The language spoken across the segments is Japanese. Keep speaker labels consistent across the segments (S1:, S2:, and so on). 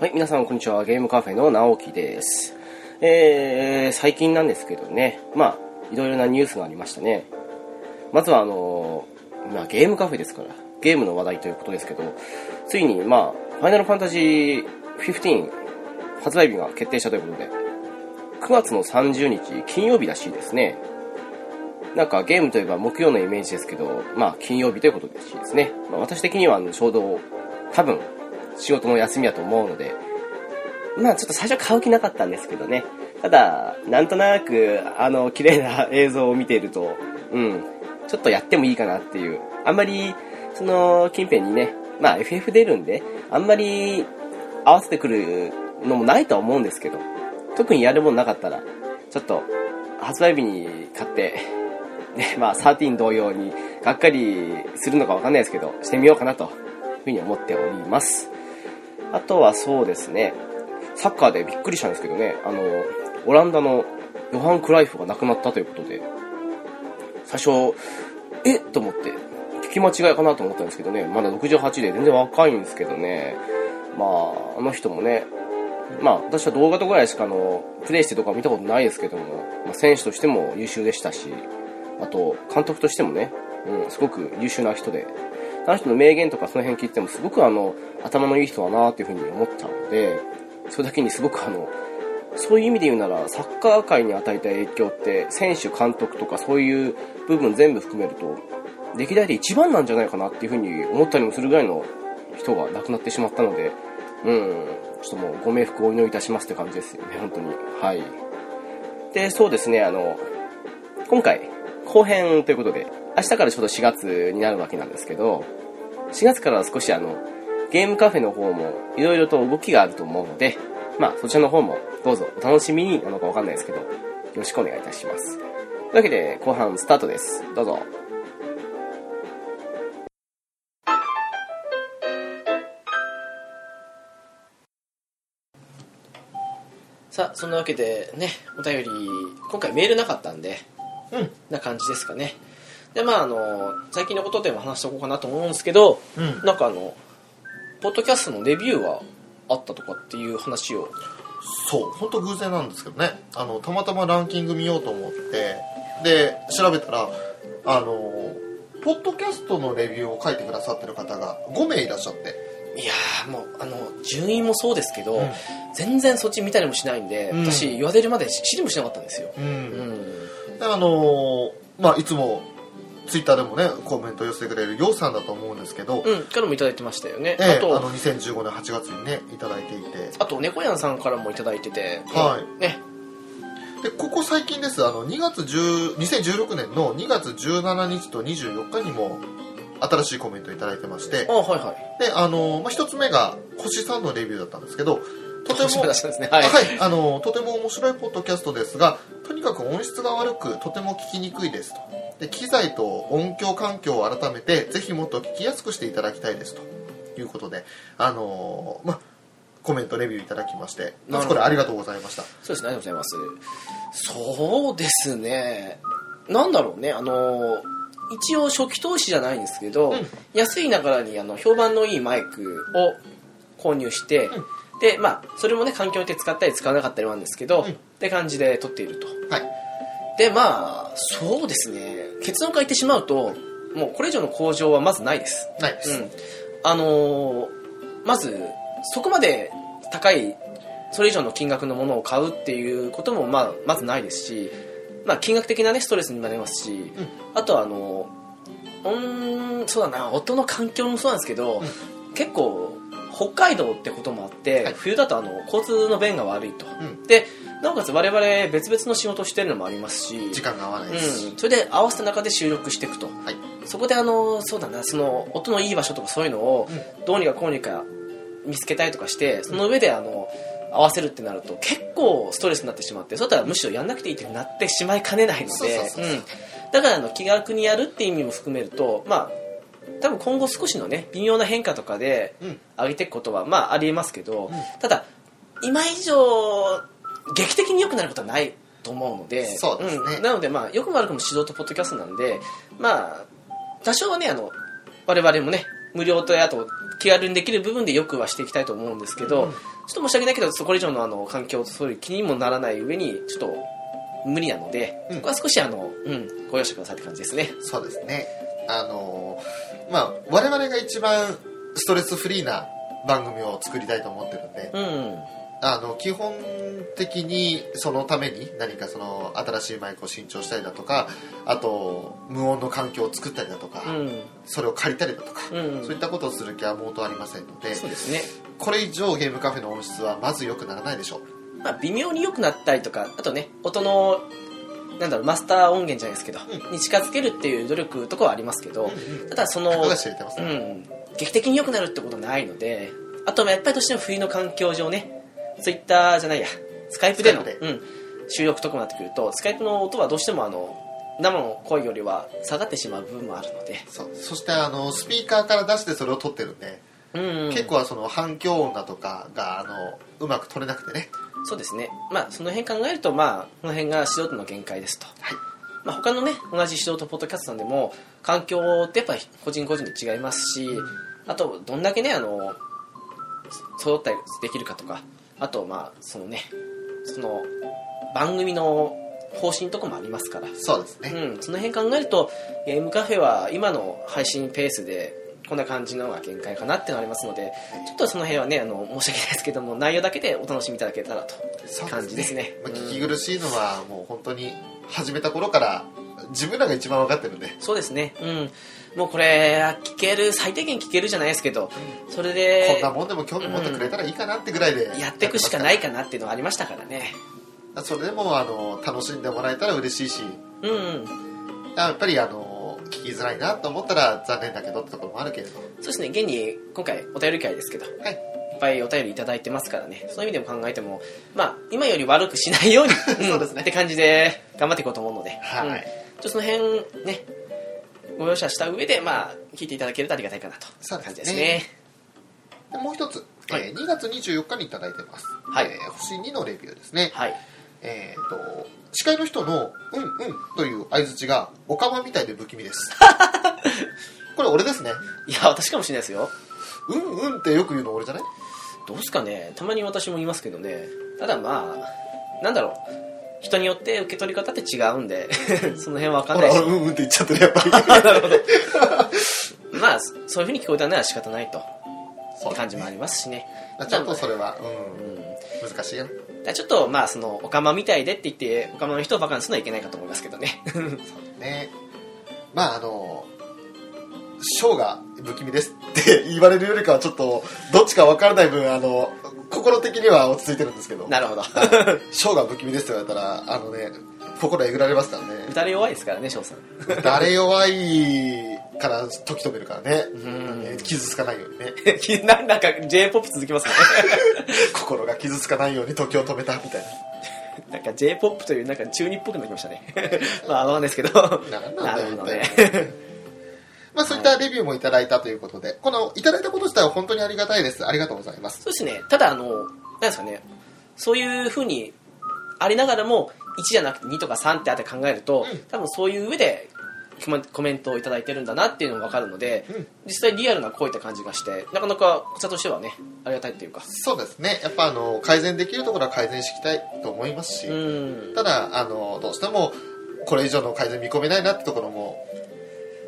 S1: はい、皆さんこんにちは。ゲームカフェの直樹です。えー、最近なんですけどね、まあ、いろいろなニュースがありましたね。まずはあのーまあ、ゲームカフェですから、ゲームの話題ということですけど、ついに、まあ、ファイナルファンタジー15発売日が決定したということで、9月の30日、金曜日らしいですね。なんかゲームといえば木曜のイメージですけど、まあ金曜日ということらしいですね。まあ、私的にはあのちょうど多分仕事も休みだと思うので、まあちょっと最初買う気なかったんですけどね。ただ、なんとなくあの綺麗な映像を見ていると、うん、ちょっとやってもいいかなっていう。あんまり、その近辺にね、まあ FF 出るんで、あんまり合わせてくるのもないとは思うんですけど、特にやるもんなかったら、ちょっと発売日に買って、ね、まあ、13同様に、がっかりするのかわかんないですけど、してみようかなと、いうふうに思っております。あとはそうですね、サッカーでびっくりしたんですけどね、あの、オランダのヨハン・クライフが亡くなったということで、最初、えっと思って、聞き間違いかなと思ったんですけどね、まだ68で全然若いんですけどね、まあ、あの人もね、まあ、私は動画とかぐらいしかあの、プレイしてとか見たことないですけども、まあ、選手としても優秀でしたし、あと、監督としてもね、うん、すごく優秀な人で、あの人の名言とかその辺聞いても、すごくあの、頭のいい人だなっていうふうに思ったので、それだけにすごくあの、そういう意味で言うなら、サッカー界に与えた影響って、選手、監督とかそういう部分全部含めると、歴代で一番なんじゃないかなっていうふうに思ったりもするぐらいの人が亡くなってしまったので、うん、ちょっともうご冥福をお祈りいたしますって感じですよね、本当に。はい。で、そうですね、あの、今回、後編ということで、明日からちょうど4月になるわけなんですけど、4月からは少しあの、ゲームカフェの方もいろいろと動きがあると思うので、まあそちらの方もどうぞお楽しみになのかわかんないですけど、よろしくお願いいたします。というわけで後半スタートです。どうぞ。さあ、そんなわけでね、お便り、今回メールなかったんで、
S2: うん
S1: な感じですかね。で、まあ、あの、最近のことでも話しておこうかなと思うんですけど、
S2: うん
S1: なんかあの、ポッドキャストのレビューはあったとかっていう話を、
S2: そう本当偶然なんですけどねあのたまたまランキング見ようと思ってで調べたらあのポッドキャストのレビューを書いてくださってる方が5名いらっしゃって
S1: いやーもう、あの、順位もそうですけど、
S2: うん
S1: 全然そっち見たりもしないんで、
S2: うん
S1: 私、言われるまで知りもしなかったんですよ。
S2: う、
S1: うんん。
S2: であのまあいつもツイッターでもねコメント寄せてくれるようさんだと思うんですけど、
S1: うん、からもいただいてましたよね。
S2: ええ
S1: あと、
S2: あの2015年8月にねいただいていて
S1: あと、猫やんさんからもいただいてて、
S2: はい
S1: ね、
S2: でここ最近ですあの2月10 2016年の2月17日と24日にも新しいコメントいただいてまして
S1: あはいはい。
S2: であの、まあ、一つ目が星さんのレビューだったんですけどとて も
S1: 楽しみだしたんですね。
S2: は
S1: はいい。
S2: あのとても面白いポッドキャストですがとにかく音質が悪くとても聞きにくいですとで機材と音響環境を改めてぜひもっと聞きやすくしていただきたいですということであのまあコメントレビューいただきまして
S1: なるほど
S2: まずこれありがとうございました
S1: そうですね、ありがとうございます。そうですね、なんだろうね、あの、一応初期投資じゃないんですけど、
S2: うん
S1: 安いながらにあの評判のいいマイクを購入して、で、まあ、それもね、環境によって使ったり使わなかったりもあるんですけど、
S2: うん
S1: って感じで撮っていると。
S2: はい
S1: で、まあ、そうですね、結論から言ってしまうと、もうこれ以上の向上はまずないです。
S2: ないです、
S1: うん、あのーまずそこまで高いそれ以上の金額のものを買うっていうことも、まあ、まずないですし、まあ、金額的な、ね、ストレスにもなりますし、
S2: ん
S1: あとはあのーうーんそうだな音の環境もそうなんですけど、結構北海道ってこともあって、
S2: はい
S1: 冬だとあの交通の便が悪いと、
S2: うん
S1: でなおかつ我々別々の仕事をしてるのもありますし
S2: 時間が合わないです、
S1: うん、それで合わせた中で収録していくと、
S2: はい
S1: そこであのそうだなその音のいい場所とかそういうのを
S2: う
S1: どうにかこうにか見つけたりとかしてその上であの合わせるってなると結構ストレスになってしまってそれだったらむしろやんなくていいってなってしまいかねないの
S2: そう
S1: で
S2: そうそうそう
S1: うんだからあの気楽にやるって意味も含めるとまあ多分今後少しのね微妙な変化とかで
S2: うん
S1: 上げていくことはまあありえますけど、
S2: ん
S1: ただ今以上劇的に良くなることはないと思うので
S2: そうですね
S1: んなのでまあよくも悪くも素人ポッドキャストなんでまあ多少はねあの我々もね無料とあと気軽にできる部分でよくはしていきたいと思うんですけど、ちょっと申し訳ないけどそこ以上のあの環境とそういう気にもならない上にちょっと無理なので、
S2: うん
S1: そこは少しあの、うん、ご容赦くださいって感じですね
S2: そうですねあのーまあ我々が一番ストレスフリーな番組を作りたいと思ってるんで、
S1: うん
S2: あの基本的にそのために何かその新しいマイクを新調したりだとかあと無音の環境を作ったりだとか、
S1: うん
S2: それを借りたりだとか、
S1: うん
S2: そういったことをする気は毛頭ありませんので
S1: そうですね
S2: これ以上ゲームカフェの音質はまず良くならないでしょう
S1: まあ、微妙に良くなったりとかあとね音のなんだろうマスター音源じゃないですけど、
S2: う
S1: に近づけるっていう努力とかはありますけど、ただその
S2: たかが知れてます
S1: う
S2: ね、
S1: ん、劇的に良くなるってことはないのであとはやっぱりどうしても冬の環境上ねツイッターじゃないやスカイプでの
S2: スカイプ
S1: うん、収録とかになってくるとスカイプの音はどうしてもあの生の声よりは下がってしまう部分もあるので、
S2: そうそしてあのスピーカーから出してそれを撮ってるんで、
S1: うん、
S2: 結構はその反響音だとかがあのうまく取れなくてね
S1: そうですねまあその辺考えるとまあこの辺が素人の限界ですと、
S2: はい
S1: まあ、他のね同じ素人ポッドキャストさんでも環境ってやっぱ個人個人で違いますしあとどんだけねあの揃ったりできるかとかあとまあそのねその番組の方針とかもありますから
S2: そうですね、
S1: うん、その辺考えるとゲームカフェは今の配信ペースでこんな感じのが限界かなってなりますのでちょっとその辺はねあの申し訳ないですけども内容だけでお楽しみいただけたらと
S2: そう
S1: 感じですね
S2: まあ、
S1: うん
S2: 聞き苦しいのはもう本当に始めた頃から自分らが一番分かってるんで
S1: そうですねうんもうこれ聞ける最低限聞けるじゃないですけどそれで
S2: こんなもんでも興味持ってくれたらいいかなってぐらいで
S1: やっていくしかないかなっていうのはありましたからね
S2: なそれでもあの楽しんでもらえたら嬉しいし
S1: うんうん
S2: やっぱりあの聞きづらいなと思ったら残念だけどってところもあるけれど
S1: そうですね現に今回お便り会ですけどい
S2: はい
S1: っぱいお便りいただいてますからねそういう意味でも考えてもまあ今より悪くしないように、ん
S2: そうですね
S1: って感じで頑張っていこうと思うので、
S2: はい
S1: うんちょっとその辺ねご容赦した上でまあ聞いていただけるとありがたいかなと
S2: そうですね
S1: 感じですね
S2: でもう一つ、
S1: はい
S2: えー2月24日にいただいてます、
S1: はい
S2: えー星2のレビューですね、
S1: はい
S2: えっ、と司会の人の「うんうん」という相づちがおかまみたいで不気味です これ俺ですね
S1: いや私かもしれないですよ
S2: 「うんうん」ってよく言うの俺じゃない
S1: どうですかねたまに私もいますけどねただまあなんだろう人によって受け取り方って違うんで その辺は分かん
S2: ほ
S1: な
S2: ら
S1: いし
S2: 俺「うんうん」って言っちゃったねや っぱり
S1: なるほどまあそそういうふうに聞こえたなら仕方ないと
S2: そう
S1: 感じもありますしね
S2: ちょっとそれは、
S1: う
S2: うんん、難しいよ
S1: だからちょっとまあそのおかまみたいでって言っておかまの人をバカにするのはいけないかと思いますけどね
S2: ねまああのショーが不気味ですって言われるよりかはちょっとどっちか分からない分あの心的には落ち着いてるんですけど
S1: なるほど
S2: ショーが不気味ですって言われたらあのね心えぐられますから
S1: 打
S2: ね
S1: たれ弱いですからね翔さん
S2: 誰弱いから時止めるからね
S1: ん
S2: ね傷つかないようにね
S1: なんだか j p o p 続きますね
S2: 心が傷つかないように時を止めたみたい
S1: なんか j p o p というなんか中二っぽくなりましたね まあわかんないですけど
S2: ななん
S1: な
S2: だ
S1: る
S2: よ
S1: ほどね
S2: 一体なまあそういったレビューもいただいたということでこのいただいたこと自体は本当にありがたいですありがとうございます
S1: そうですねただあのなんですかねそういうふうにありながらも1じゃなくて2とか3ってあって考えると、
S2: うん
S1: 多分そういう上でコメコメントをいただいてるんだなっていうのが分かるので、
S2: うん
S1: 実際リアルな声って感じがしてなかなかこちらとしてはねありがたいっていうか
S2: そうですねやっぱあの改善できるところは改善していきたいと思いますし、
S1: うん
S2: ただあのどうしてもこれ以上の改善見込めないなってところも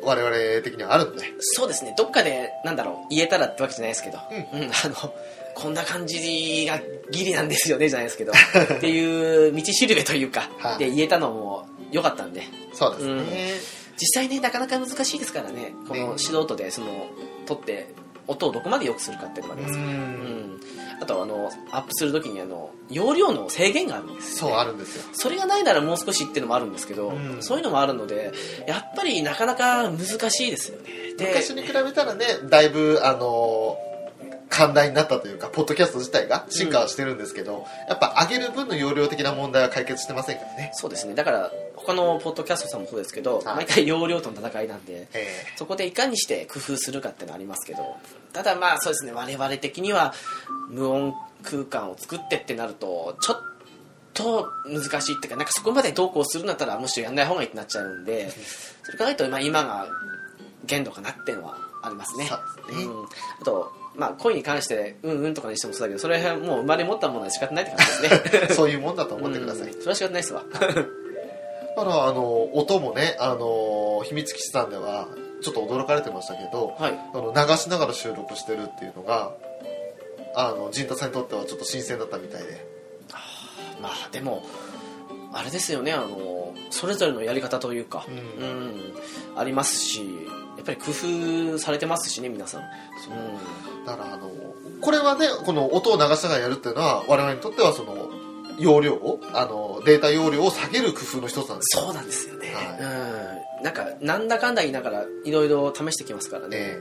S2: 我々的にはあるので
S1: そうですねどっかでなんだろう言えたらってわけじゃないですけど、うんあのこんな感じがギリなんですよねじゃないですけ どっていう道しるべというか、
S2: はい
S1: で言えたのも良かったんで
S2: そうですね、
S1: うん実際ねなかなか難しいですからねこの
S2: ね
S1: 素人でその撮って音をどこまで良くするかっていうのもありますから
S2: う
S1: うんんあとあのアップするときにあの容量の制限があるんです
S2: そうあるんですよ
S1: それがないならもう少しっていうのもあるんですけど、
S2: うん
S1: そういうのもあるのでやっぱりなかなか難しいですよねで
S2: 昔に比べたらねだいぶあの寛大になったというかポッドキャスト自体が進化はしてるんですけど、やっぱ上げる分の容量的な問題は解決してませんからね
S1: そうですねだから他のポッドキャストさんもそうですけど、
S2: はい
S1: 毎回容量との戦いなんで
S2: え
S1: そこでいかにして工夫するかってのありますけどただまあそうですね我々的には無音空間を作ってってなるとちょっと難しいっていうかなんかそこまでどうこうするんだったらむしろやんない方がいいってなっちゃうんでそれ考えるとまあ今が限度かなっていうのはありますね
S2: さね
S1: うん、あとまあ恋に関してうんうんとかにしてもそうだけどそれはもう生まれ持ったものは仕方ないって感じです ね
S2: そういうもんだと思ってください、
S1: う
S2: だ
S1: んそれは仕方ないっすわ
S2: からあの音もねあの秘密基地さんではちょっと驚かれてましたけど、
S1: はい
S2: あの流しながら収録してるっていうのがあの陣太さんにとってはちょっと新鮮だったみたいで
S1: まあでもあれですよねあのそれぞれのやり方というか、
S2: うん
S1: んありますしやっぱり工夫されてますしね皆さん
S2: そう
S1: う
S2: だからあのこれはねこの音を流しながらやるっていうのは我々にとってはその容量をあのデータ容量を下げる工夫の一つなんですよ
S1: そうなんですよね、
S2: は
S1: うんなんかなんだかんだ言いながらいろいろ試してきますからね
S2: ね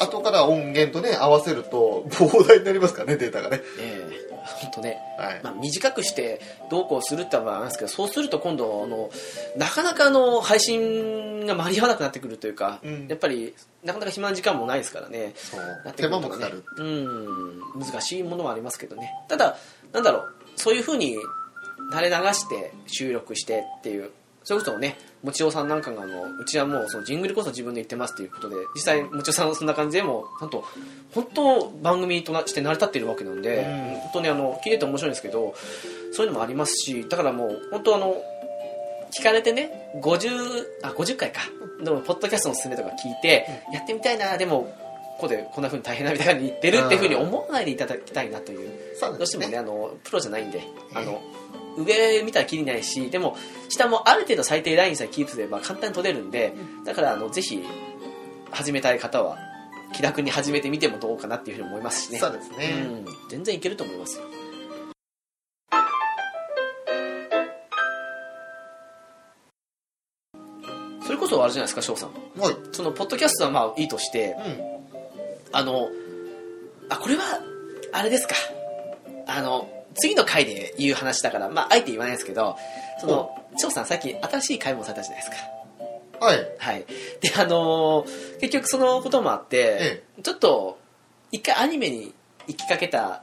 S2: 後から音源とね合わせると膨大になりますからねデータがね
S1: ええ本当ね、
S2: はい
S1: まあ、短くしてどうこうするってのはあれなんですけどそうすると今度あのなかなかあの配信が間に合わなくなってくるというか、
S2: うん
S1: やっぱりなかなか暇な時間もないですからね
S2: そう
S1: なって
S2: 手
S1: くる
S2: 間
S1: と
S2: もかかる
S1: うん難しいものはありますけどねただなんだろうそういうふうに垂れ流して収録してっていうそれこそねもちおさんなんかがあのうちはもうそのジングルこそ自分で言ってますっていうことで実際もちおさんはそんな感じでもちゃんと本当番組となして成り立っているわけなんで、
S2: うん
S1: 本当にあの聞いてて面白いんですけどそういうのもありますしだからもう本当あの聞かれてね50あ50回かでもポッドキャストのすすめとか聞いて、やってみたいなでもここでこんなふうに大変なみたいに言ってるっていうふうに思わないでいただきたいなという
S2: そう
S1: ど
S2: で
S1: うして
S2: すね
S1: もねあのプロじゃないんであの上見たらきりないしでも下もある程度最低ラインさえキープすれば簡単に取れるんでだからあのぜひ始めたい方は気楽に始めてみてもどうかなっていうふうに思いますしね
S2: そうですね、
S1: うん、全然いけると思いますよそれこそあれじゃないですか翔さん
S2: はい
S1: そのポッドキャストはまあいいとして
S2: うん
S1: あのあこれはあれですかあの次の回で言う話だからまああえて言わないですけどその翔さん最近新しい回もされたじゃないですか
S2: はい
S1: はいであのー結局そのこともあって
S2: え、
S1: ちょっと一回アニメに行きかけた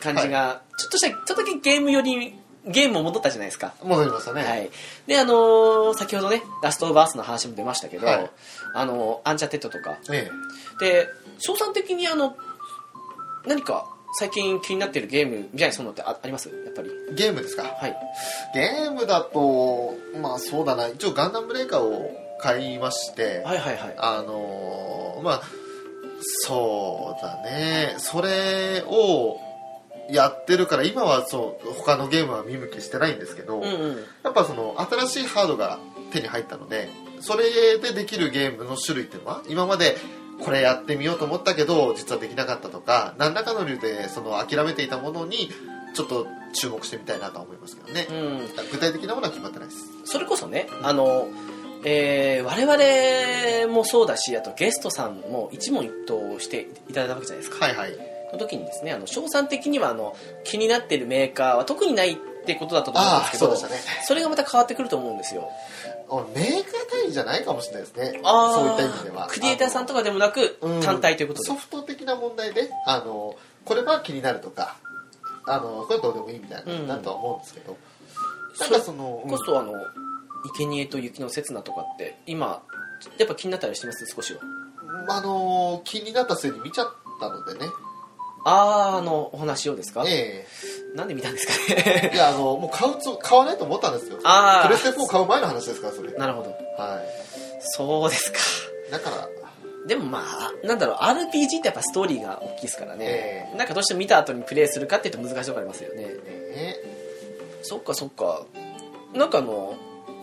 S1: 感じが、ちょっとしたちょっとだけゲームよりゲームも戻ったじゃないですか
S2: 戻りましたね、
S1: はい、であのー先ほどねラストオブアースの話も出ましたけど、
S2: はい
S1: あのーアンチャーテッドとか
S2: え
S1: で翔さん的にあの何か最近気になってるゲームみたいなそういうのってあありますやっぱり
S2: えゲームですか
S1: はい
S2: ゲームだとまあそうだな一応ガンダムブレイカーを買いまして
S1: はいはいはい
S2: あのーまあそうだねそれをやってるから今はそう他のゲームは見向きしてないんですけ
S1: う
S2: ど、
S1: んうん
S2: やっぱその新しいハードが手に入ったのでそれでできるゲームの種類っていうのは今までこれやってみようと思ったけど実はできなかったとか何らかの理由でその諦めていたものにちょっと注目してみたいなとは思いますけどね、
S1: うん
S2: 具体的なものは決まってないです
S1: それこそね、あの、えー我々もそうだし、あとゲストさんも一問一答していただいたわけじゃないですか。
S2: はいはい
S1: その時にですね、あの、賞賛的には、あの、気になってるメーカーは特にないってことだと思うんですけど、
S2: あーそうでしたね
S1: それがまた変わってくると思うんですよ。
S2: あメーカー単位じゃないかもしれないですね
S1: あ
S2: そういった意味では
S1: クリエイターさんとかでもなく、
S2: うん
S1: 単体ということで
S2: ソ。フト的な問題であのこれは気になるとかあのこれはどうでもいいみたいな、
S1: うん
S2: なんとは思うんですけど
S1: そ
S2: な
S1: うん
S2: かその
S1: こそ、あの、生贄と雪の刹那とかって、今、やっぱ気になったりしてます少しは。
S2: うんあの気になったせいに見ちゃったのでね
S1: あー、あの、お話をですか、
S2: え
S1: なんで見たんですかね
S2: えいやあのもう買うつ買わないと思ったんですよ
S1: あー
S2: プレステ4買う前の話ですからそれは
S1: なるほど。
S2: い
S1: そうですか。
S2: だから
S1: でもまあ、なんだろう、RPG ってやっぱストーリーが大きいですからね、
S2: え
S1: なんかどうしても見た後にプレイするかっていうと難しいとこありますよね。
S2: ね
S1: そっかそっか。なんかあの、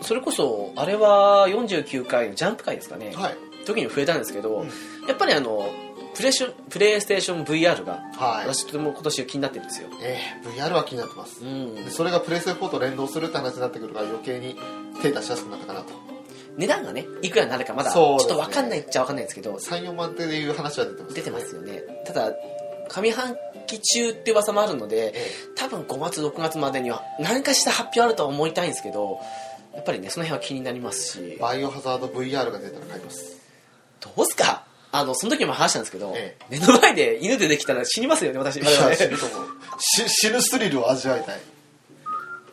S1: それこそ、あれは49回のジャンプ回ですかね、
S2: はい
S1: 時に触れたんですけど、
S2: うん
S1: やっぱりあの、プレッションプレイステーション VR が、
S2: はい
S1: 私とても今年は気になってるんですよ。
S2: ええ VR は気になってます、
S1: うん
S2: でそれがプレステ4と連動するって話になってくるから余計に手出しやすくなったかなと
S1: 値段がね、いくらになるかまだ、ち
S2: そう
S1: ょ
S2: です
S1: っ
S2: ね
S1: とわかんないっちゃわかんないんですけど、
S2: 34万手でいう話は出てます、
S1: 出てますよね。ただ、上半期中って噂もあるので、
S2: え
S1: 多分5月6月までには何かした発表あるとは思いたいんですけどやっぱりねその辺は気になりますし
S2: え
S1: ど
S2: バイオハザード VR が出たら買います
S1: うすかあのその時も話したんですけど、
S2: え
S1: 目の前で犬出てきたら死にますよね私
S2: いや死
S1: 我
S2: ぬ
S1: 々
S2: と思うし死ぬスリルを味わいたい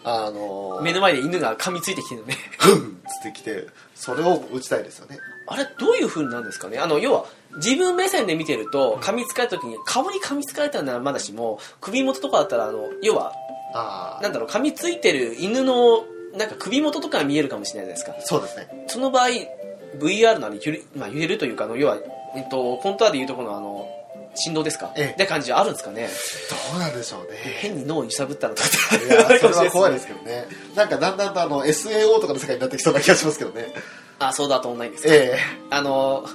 S2: あのー
S1: 目の前で犬が噛みついてきてるのね
S2: ふんっつつってきてそれを打ちたいですよね
S1: あれどういう風になんですかねあの要は自分目線で見てると噛みつかれた時に顔に噛みつかれたならまだしも首元とかだったらあの要は
S2: あ
S1: な
S2: あ
S1: んだろう噛みついてる犬のなんか首元とかが見えるかもしれないじゃないですか
S2: そうですね
S1: その場合 VR なり揺れ,、まあ、揺れるというかあの要は、えっと、コントラでいうところのあの振動ですか
S2: ええ
S1: って感じはあるんですかね
S2: どうなんでしょうね
S1: 変に脳を揺さぶったのとかって
S2: いや
S1: あるかもしれな
S2: それ
S1: い
S2: は
S1: です
S2: 怖いですけどねなんかだんだんとあの SAO とかの世界になってきそうな気がしますけどね
S1: あそうだと思ないんですか
S2: ええ
S1: あの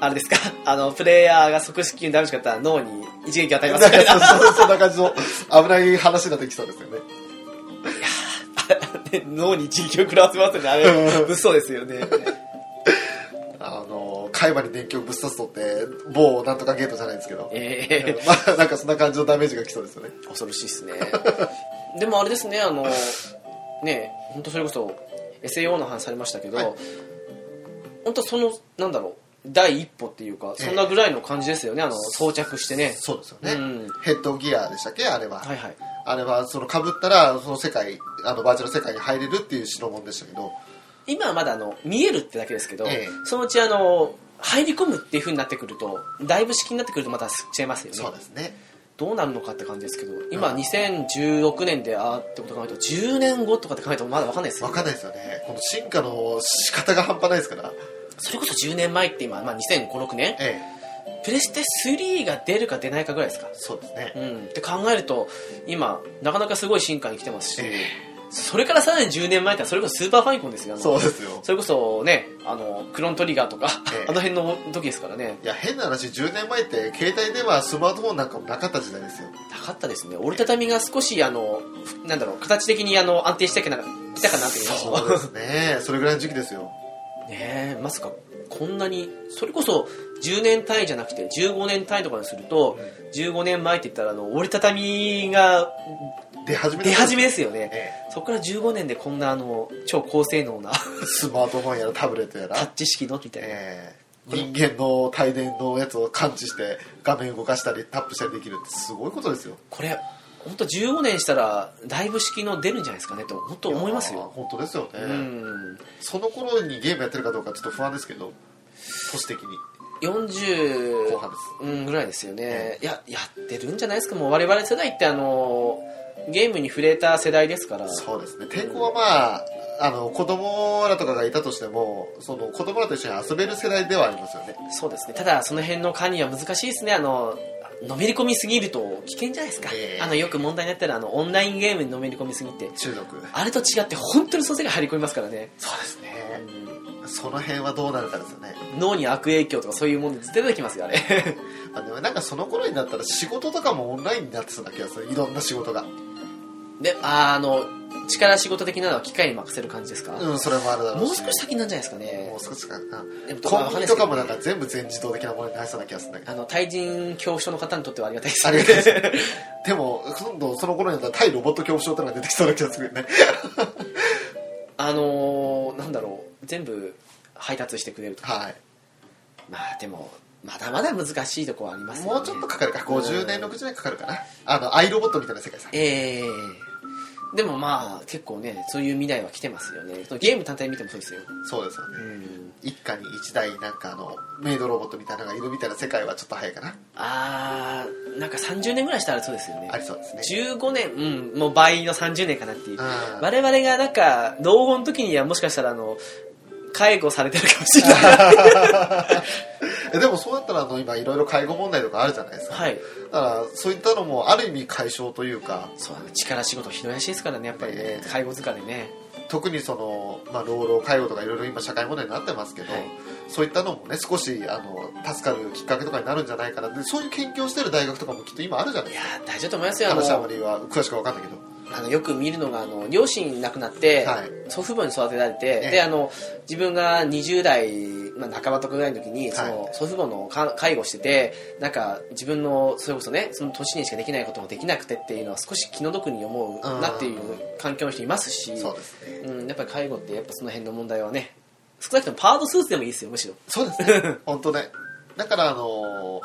S1: あれですかあのプレイヤーが即死球にダメージ食ったら脳に一撃与えます
S2: なん
S1: から
S2: かそそそんな感じの危ない話になってきそうですよね
S1: で脳に一撃を食らわせますよねあれ
S2: うん
S1: 物騒ですよね
S2: あの海馬に電球をぶっ刺すとって某なんとかゲートじゃないですけど、
S1: え
S2: え
S1: え
S2: えまあなんかそんな感じのダメージがきそうですよね
S1: 恐ろしいですね でもあれですねあのね本当それこそ SAO の話されましたけど、
S2: はい
S1: 本当そのなんだろう第一歩っていうか
S2: ええ
S1: そんなぐらいの感じですよね、あの装着してね
S2: そうですよね、
S1: うん
S2: ヘッドギアでしたっけあれは、
S1: はいはい
S2: あれはその被ったらその世界あのバーチャル世界に入れるっていう代物でしたけど
S1: 今はまだあの見えるってだけですけど、
S2: ええ
S1: そのうちあの入り込むっていう風になってくるとだいぶ式になってくるとまた違いますよね
S2: そうですね
S1: どうなるのかって感じですけど今
S2: うん
S1: 2016年であーってこと考えると10年後とかって考えるとまだ分かんないですよ
S2: 分
S1: ね
S2: かんないですよねこの進化の仕方が半端ないですから
S1: それこそ10年前って今、まあ、2056年
S2: ええ
S1: プレステ3が出るか出ないかぐらいですか
S2: そうですね
S1: うんって考えると今なかなかすごい進化に来てますし、
S2: え
S1: それからさらに10年前ってそれこそスーパーファミコンですよあの
S2: そうですよ
S1: それこそねあのクロントリガーとか、
S2: ええ
S1: あの辺の時ですからね
S2: いや変な話10年前って携帯電話スマートフォンなんかもなかった時代ですよ
S1: なかったですね折りたたみが少しあのふなんだろう形的にあの安定してきたかなきたかなっていう
S2: そうですねそれぐらいの時期ですよ
S1: ねえまさかこんなにそれこそ10年単位じゃなくて15年単位とかにすると、15年前って言ったらあの折りたたみが
S2: 出始め
S1: 出始め
S2: え
S1: ですよね
S2: え
S1: そこから15年でこんなあの超高性能 な
S2: スマートフォンやらタブレットや
S1: タッ
S2: ら、
S1: チ式のみたいな、
S2: ええ人間の帯電のやつを感知して画面動かしたりタップしたりできるってすごいことですよ
S1: これ本当15年したらだいぶ式の出るんじゃないですかねと本当思います
S2: やー
S1: よ、
S2: 本当ですよね、
S1: うん
S2: その頃にゲームやってるかどうかちょっと不安ですけど都市的に
S1: 40
S2: 後半です
S1: うんぐらいですよね、いややってるんじゃないですかもう我々世代ってあのゲームに触れた世代ですから
S2: そうですね抵抗はまああの子供らとかがいたとしてもその子供らと一緒に遊べる世代ではありますよね
S1: そうですねただその辺の管理は難しいですねあののめり込みすぎると危険じゃないですか、
S2: ええ
S1: あのよく問題になってるあのオンラインゲームにのめり込みすぎて
S2: 中毒
S1: あれと違って本当にその世界入り込みますからね、
S2: そうですねその辺はどうなるかですよね、
S1: 脳に悪影響とかそういうもの出てきますよあ れ
S2: まあ、でもなんかその頃になったら仕事とかもオンラインになってそうな気がするいろんな仕事が
S1: であーあの力仕事的なのは機械に任せる感じですか、
S2: うんそれもあるだろ
S1: も
S2: う
S1: う
S2: し
S1: 少し先なんじゃないですか
S2: も
S1: ね
S2: う少しかな
S1: でも
S2: コンビニとかも
S1: ま
S2: な
S1: あ
S2: んか全部全自動的なものになりそうな気がするんだけど
S1: あの対人恐怖症の方にとってはありがたいです
S2: ありがたいですでも今度その頃になったら対ロボット恐怖症ってのが出てきそうな気がするよね
S1: あのーなんだろう全部配達してくれるとか
S2: はい
S1: まあでもまだまだ難しいとこはありますよね
S2: もうちょっとかかるか50年60年かかるかなあのアイロボットみたいな世界さ
S1: ええでもまあ結構ねそういう未来は来てますよねそのゲーム単体見てもそうですよ
S2: そうですよね一家に一台なんかあのメイドロボットみたいなのがいるみたいな世界はちょっと早いかな
S1: あーなんか30年ぐらいしたらそうですよね
S2: ありそうで すね
S1: 15年うんもう倍の30年かなっていう
S2: うん
S1: 我々がなんか老後の時にはもしかしたらあの介護されてるかもしれない
S2: えでもそうだったらあの今いろいろ介護問題とかあるじゃないですか、
S1: はい
S2: だからそういったのもある意味解消というか
S1: そうだね力仕事ひどいらしいですからねやっぱりね
S2: ええ
S1: 介護疲れね
S2: 特にその、まあ、老老介護とかいろいろ今社会問題になってますけど、
S1: はい
S2: そういったのもね少しあの助かるきっかけとかになるんじゃないかなでそういう研究をしてる大学とかもきっと今あるじゃない
S1: い
S2: で
S1: や
S2: すか
S1: ー大丈夫だと思いますよあの
S2: 話はあまりは詳しくは分かんないけど
S1: あのよく見るのがあの両親亡くなって、
S2: はい
S1: 祖父母に育てられて、
S2: ええ
S1: であの自分が20代、まあ、半ばとかぐらいの時にその、
S2: は
S1: 祖父母のか介護しててなんか自分のそれこそねその年にしかできないこともできなくてっていうのは少し気の毒に思うなっていう環境の人いますし
S2: そうですね
S1: うん、やっぱり介護ってやっぱその辺の問題はね少なくともパートスーツでもいいですよむしろ
S2: そうですね本当ねだからあの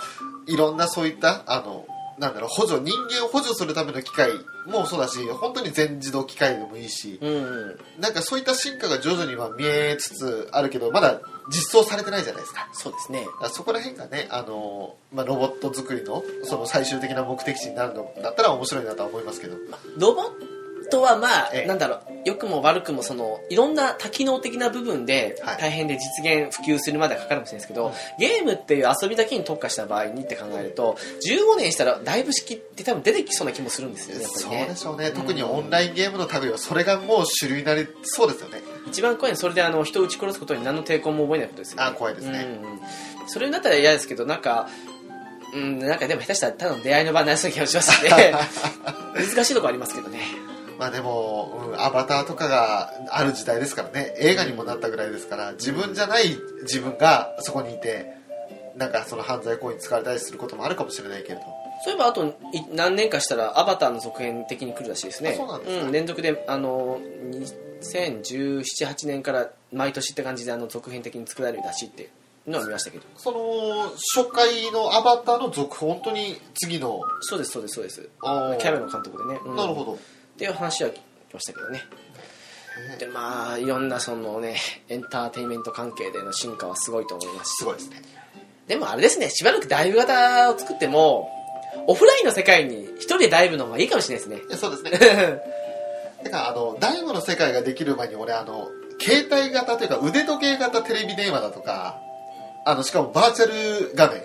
S2: いろんなそういったあのなんだろう補助人間を補助するための機械もそうだし本当に全自動機械でもいいし、
S1: うんうん
S2: なんかそういった進化が徐々には見えつつあるけどまだ実装されてないじゃないですか
S1: そうですね
S2: だからそこら辺がね、あのまあ、ロボット作りのその最終的な目的地になるのだったら面白いなとは思いますけど、
S1: ロボットはまあ、
S2: ええ
S1: なんだろう良くも悪くもそのいろんな多機能的な部分で
S2: はい
S1: 大変で実現普及するまではかかるかもしれないですけど、ゲームっていう遊びだけに特化した場合にって考えると15年したらだいぶ式って多分出てきそうな気もするんですよねやっ
S2: そう
S1: ぱりね
S2: でしょうね特にオンラインゲームの類はそれがもう主流になりそうですよね
S1: 一番怖いのはそれであの人を撃ち殺すことに何の抵抗も覚えないことですよね
S2: あ怖いですね
S1: うんうんそれになったら嫌ですけどなんかうんなんかでも下手したらただの出会いの場になりそうな気がします ね難しいとこありますけどね
S2: まあでも、うんアバターとかがある時代ですからね映画にもなったぐらいですから自分じゃない自分がそこにいてなんかその犯罪行為に使われたりすることもあるかもしれないけれど
S1: そういえばあとい何年かしたら「アバター」の続編的に来るらしいですね
S2: あそうなんですか
S1: 連続であの201718年から毎年って感じであの続編的に作られるらしいっていうのは見ましたけど
S2: その初回のアバターの続報本当に次の
S1: そうですそうですそうです
S2: あー
S1: キャメロン監督でね、うん
S2: なるほど
S1: っていう話は聞きましたけどねでまあいろんなそのねエンターテインメント関係での進化はすごいと思いますし
S2: すごいですね
S1: でもあれですねしばらくダイブ型を作ってもオフラインの世界に一人でダイブの方がいいかもしれないですね
S2: いやそうですね てかあのダイムの世界ができる前に俺あの携帯型というか腕時計型テレビ電話だとかあのしかもバーチャル画面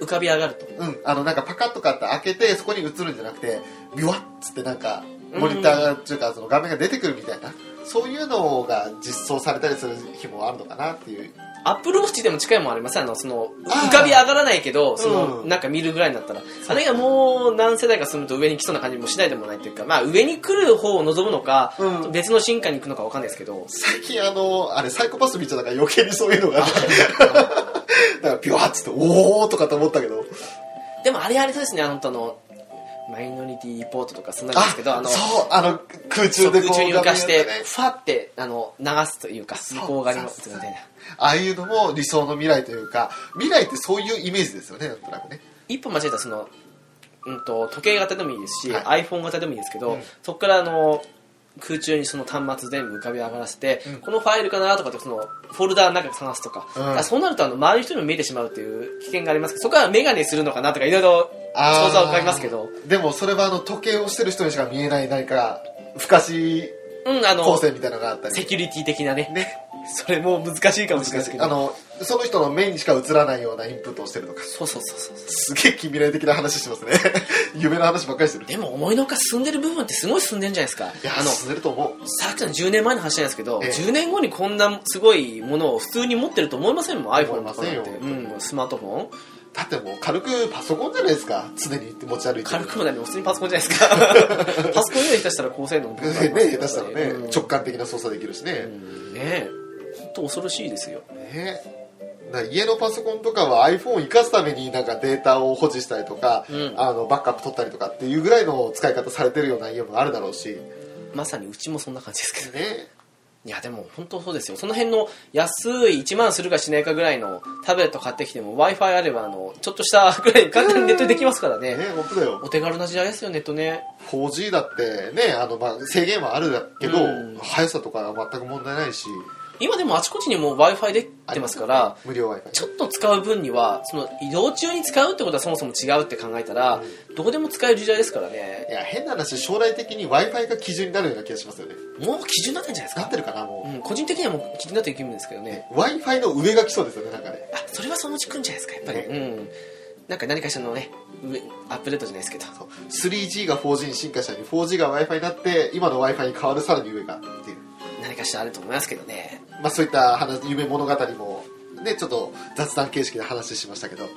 S1: 浮かび上がると
S2: うん、あのなんかパカッとかって開けてそこに映るんじゃなくてビワッつってなんかモニターがっていうかその画面が出てくるみたいなそういうのが実装されたりする日もあるのかなっていう
S1: アップルウォッチでも近いもんありますあのその
S2: あー
S1: 浮かび上がらないけどその、
S2: うん
S1: なんか見るぐらいになったらあれがもう何世代か進むと上に来そうな感じもしないでもないっていうかまあ上に来る方を望むのか、
S2: うん
S1: 別の進化に行くのかわかんないですけど
S2: 最近あのあれサイコパス見ちゃったから余計にそういうのがね だからビワッつっておおとかと思ったけど
S1: でもあれあれそうですねあのあのマイノリティリポートとかそんなんですけどあの
S2: そうあの空
S1: そ
S2: 中
S1: う
S2: で
S1: 空
S2: こう
S1: 中に浮かし
S2: 画
S1: て
S2: 面やってね
S1: ファってあの流すというか向こう側に持つみたいな
S2: ああいうのも理想の未来というか未来ってそういうイメージですよねなんとなくね
S1: 一歩間違えたらその、うん、と時計型でもいいですし、
S2: は
S1: iPhone 型でもいいですけど、
S2: うん
S1: そこからあの空中にその端末全部浮かび上がらせて、
S2: うん
S1: このファイルかなとかってそのフォルダーの中探すとか,、
S2: うん
S1: そうなるとあの周りの人にも見えてしまうという危険がありますけどそこは眼鏡するのかなとかいろいろ
S2: あー
S1: 想像は浮かびますけど、
S2: でもそれはあの時計をしてる人にしか見えない何か不可思議
S1: うん、あ
S2: 構
S1: の
S2: 成みたいなのがあったり
S1: セキュリティ的なね
S2: ね
S1: それも難しいかもしれないですけど
S2: あのその人の目にしか映らないようなインプットをしてるとか
S1: そうそうそうそう
S2: すげえ近未来的な話してますね 夢の話ばっかりしてる
S1: でも思いのほか進んでる部分ってすごい進んでるんじゃないですか
S2: いや
S1: あの
S2: あの進めると思う
S1: さっきの10年前の話なんですけど、
S2: ええ
S1: 10年後にこんなすごいものを普通に持ってると思いませんもん iPhone とかなんて、
S2: 思いませんよ
S1: うん、スマートフォン
S2: だってもう軽くパソコンじゃないですか常に持ち歩いてる
S1: 軽くも何も普通にパソコンじゃないですかパソコンより下手したら高性能の
S2: ね下手したらね、
S1: うん
S2: 直感的な操作できるしね,、
S1: うんねえ本当恐ろしいですよ
S2: ねだから家のパソコンとかは iPhone を生かすためになんかデータを保持したりとか、
S1: うん
S2: あのバックアップ取ったりとかっていうぐらいの使い方されてるような家もあるだろうし
S1: まさにうちもそんな感じですけど
S2: ね
S1: いやでも本当そうですよその辺の安い1万するかしないかぐらいのタブレット買ってきても w i f i あればあのちょっとしたぐらい簡単にネットでできますからね
S2: ね本当だよ
S1: お手軽な時代ですよネットね
S2: 4G だってねあの、まあ、制限はあるだけど、
S1: うん
S2: 速さとかは全く問題ないし
S1: 今でもあちこちにもう w i f i できてますから
S2: 無料 Wi-Fi
S1: ちょっと使う分にはその移動中に使うってことはそもそも違うって考えたら、どこでも使える時代ですからね
S2: いや変な話将来的に w i f i が基準になるような気がしますよね
S1: もう基準になってんじゃないです
S2: な
S1: か
S2: っ、てるかなも
S1: うん、個人的にはもう基準になっていくんですけどね
S2: う、w i f i の上が来そうですよねなんかね
S1: あそれはそのうち来るんじゃないですかやっぱり、うんなんか何かしらのね上アップデートじゃないですけど
S2: そう 3G が 4G に進化したのに 4G が w i f i になって今の w i f i に変わるさらに上がっていう、
S1: 何かしらあると思いますけどね
S2: まあ、そういった話夢物語もねちょっと雑談形式で話しましたけど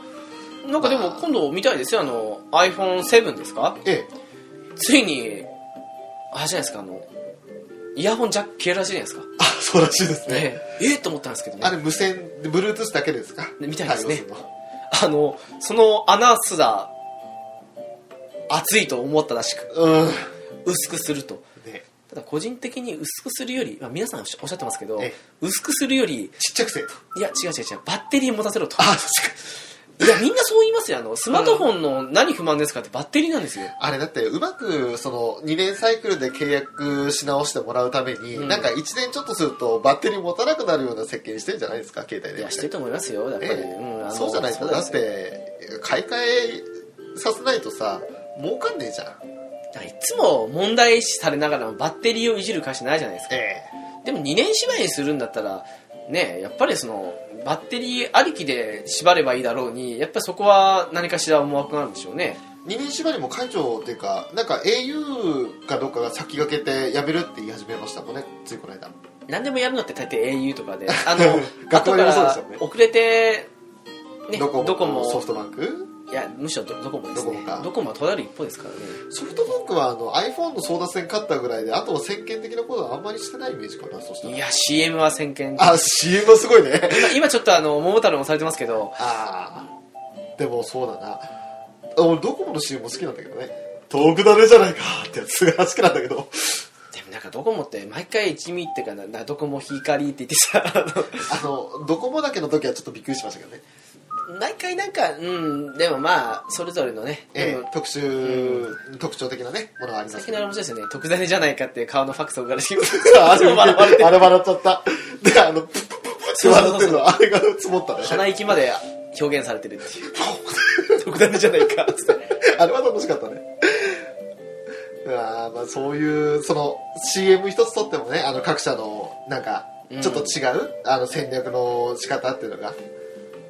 S1: なんかでも今度見たいですよあの iPhone7 ですか
S2: ええ
S1: ついにあれじゃないですかあのイヤホンジャック消えるらしいじゃないですか
S2: あそうらしいですね
S1: ねええと思ったんですけどね
S2: あれ無線で Bluetooth だけですか
S1: みたいですね
S2: 対応るの
S1: あの、その穴すら、熱いと思ったらしく、
S2: うん
S1: 薄くすると。
S2: ね
S1: ただ個人的に薄くするより、まあ、皆さんおっしゃってますけど
S2: ええ、
S1: 薄くするより、
S2: ちっちゃくせえと
S1: いや、違う違う違う、バッテリー持たせろと。
S2: あそう
S1: いやみんなそう言いますよあのスマートフォンの何不満ですかってバッテリーなんですよ
S2: あれだってうまくその2年サイクルで契約し直してもらうために、
S1: うん
S2: なんか1年ちょっとするとバッテリー持たなくなるような設計にしてるんじゃないですか携帯
S1: い
S2: で
S1: やしてると思いますよやっぱり、
S2: ええ
S1: うんあの
S2: そうじゃないと
S1: そうで
S2: だっ
S1: すよ
S2: て買い替えさせないとさ儲かんねえじゃん
S1: だからいつも問題視されながらもバッテリーをいじる会社ないじゃないですか
S2: え
S1: でも2年縛りにするんだったらねやっぱりそのバッテリーありきで縛ればいいだろうにやっぱりそこは何かしら思惑があるんでしょうね
S2: え2年縛りも解除っていうかなんか au かどっかが先駆けてやめるって言い始めましたもんねついこの間
S1: 何でもやるのって大抵 au とか であの
S2: 学校でもそうでしたよね
S1: 後から遅れてね
S2: ドコモと
S1: ドコモ
S2: ソフトバンク
S1: いやむしろドドコモです
S2: ドコ
S1: ね
S2: モか
S1: ドコモはとられる一方ですからね
S2: ソフトバンクはあの iPhone の争奪戦勝ったぐらいであとは先見的なことはあんまりしてないイメージかなそしたら
S1: いや CM は先見
S2: あ CM はすごいね
S1: 今今ちょっとあの桃太郎もされてますけど
S2: ああでもそうだな俺ドコモの CM も好きなんだけどね遠くだねじゃないかってやつが好きなんだけ
S1: で
S2: ど
S1: もなんかドコモって毎回一味っていうかななドコモ光って言ってさあ
S2: あのドコモだけの時はちょっとびっくりしましたけどね、
S1: の 毎回なんかうんでもまあそれぞれのねで
S2: え
S1: も
S2: え、特集、特徴的なねものがあります
S1: 先のあれ面白いですよね特ダネじゃないかっていう顔のファクソからしてくる
S2: あれ
S1: 笑われて
S2: あれ笑っちゃったであのプップップップッって笑ってるのあれが積もったね
S1: 鼻息まで表現されてるっていう特ダネじゃないかっつって
S2: あれは楽しかったね。うわーまあそういう、その CM 一つとってもね、あの各社のなんか、
S1: うん
S2: ちょっと違う、あの戦略の仕方っていうのが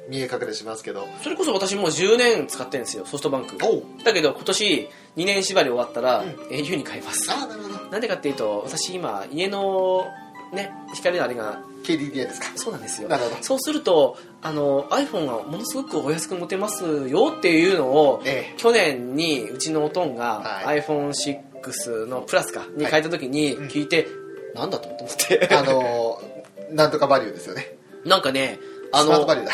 S2: 見え隠れしますけど。
S1: それこそ私もう10年使ってるんですよソフトバンク
S2: おう
S1: だけど今年2年縛り終わったら、
S2: うん
S1: au に変えます
S2: ああ、なるほど。
S1: なんでかっていうと私今家のね光のあれが
S2: KDDI ですか。
S1: そうなんですよ
S2: なるほど
S1: そうするとあの iPhone がものすごくお安く持てますよっていうのを
S2: え
S1: 去年にうちのおとんが
S2: は
S1: iPhone6 のプラスかに変えた時に
S2: うん
S1: 聞いて、なんだと思って
S2: え。あのー、なんとかバリューですよね。
S1: なんかねあ
S2: スマートバ
S1: の
S2: リューだ。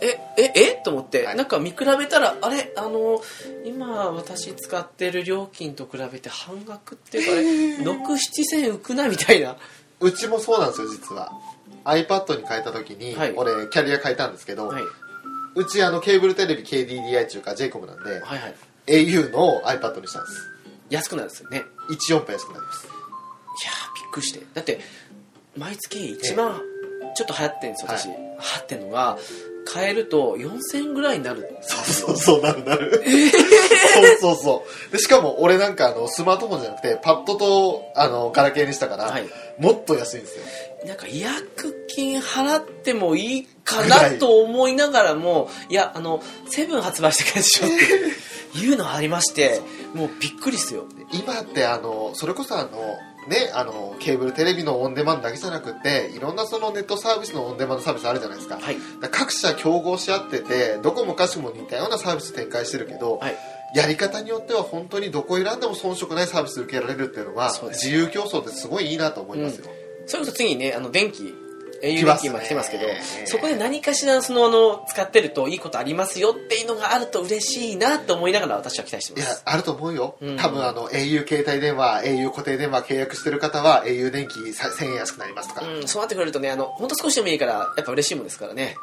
S1: えええと思って、
S2: はい
S1: なんか見比べたらあれあの今私使ってる料金と比べて半額って いうかあれ67千浮くなみたいな
S2: うちもそうなんですよ、実は。iPad に変えた時に、
S1: はい
S2: 俺キャリア変えたんですけど、
S1: はいう
S2: ちあのケーブルテレビ KDDI 中か JCOM なんで、
S1: はいはい
S2: au の iPad にしたんです。
S1: 安くなるんですよね
S2: 14分安くなります
S1: いやーびっくりしてだって毎月一番ちょっと流行ってんですよ
S2: はい
S1: 私、流行ってんのが買えると4000円ぐらいになる
S2: そうそう そうなるなる、そうそうそうでしかも俺なんかあのスマートフォンじゃなくてパッドとあのガラケーにしたから、
S1: はい
S2: もっと安いんですよ
S1: なんか違約金払ってもいいか
S2: ぐら
S1: ないと思いながらもいやあのセブン発売してからでしょっていうのありましてもうびっくりっすよ
S2: 今ってあのそれこそあのねあのケーブルテレビのオンデマンドだけじゃなくていろんなそのネットサービスのオンデマンドサービスあるじゃないですか,、
S1: はい
S2: 各社競合し合っててどこもかしも似たようなサービス展開してるけど、
S1: はい
S2: やり方によっては本当にどこ選んでも遜色ないサービス受けられるっていうのは
S1: そうです
S2: 自由競争ってすごいいいなと思いますよ、
S1: それこそ次にねあの電気 au
S2: 来
S1: 電
S2: ま
S1: 気
S2: すね
S1: 今来てますけどそこで何かしらそのあの使ってるといいことありますよっていうのがあると嬉しいなと思いながら私は期待して
S2: い
S1: ま
S2: や
S1: す、
S2: あると思うよ。
S1: うん
S2: 多分あの、au 携帯電話、au 固定電話契約してる方は、au 電気さ1000円安くなりますとか、
S1: うん、そうなってくれるとねあの本当少しでもいいからやっぱ嬉しいもんですからね、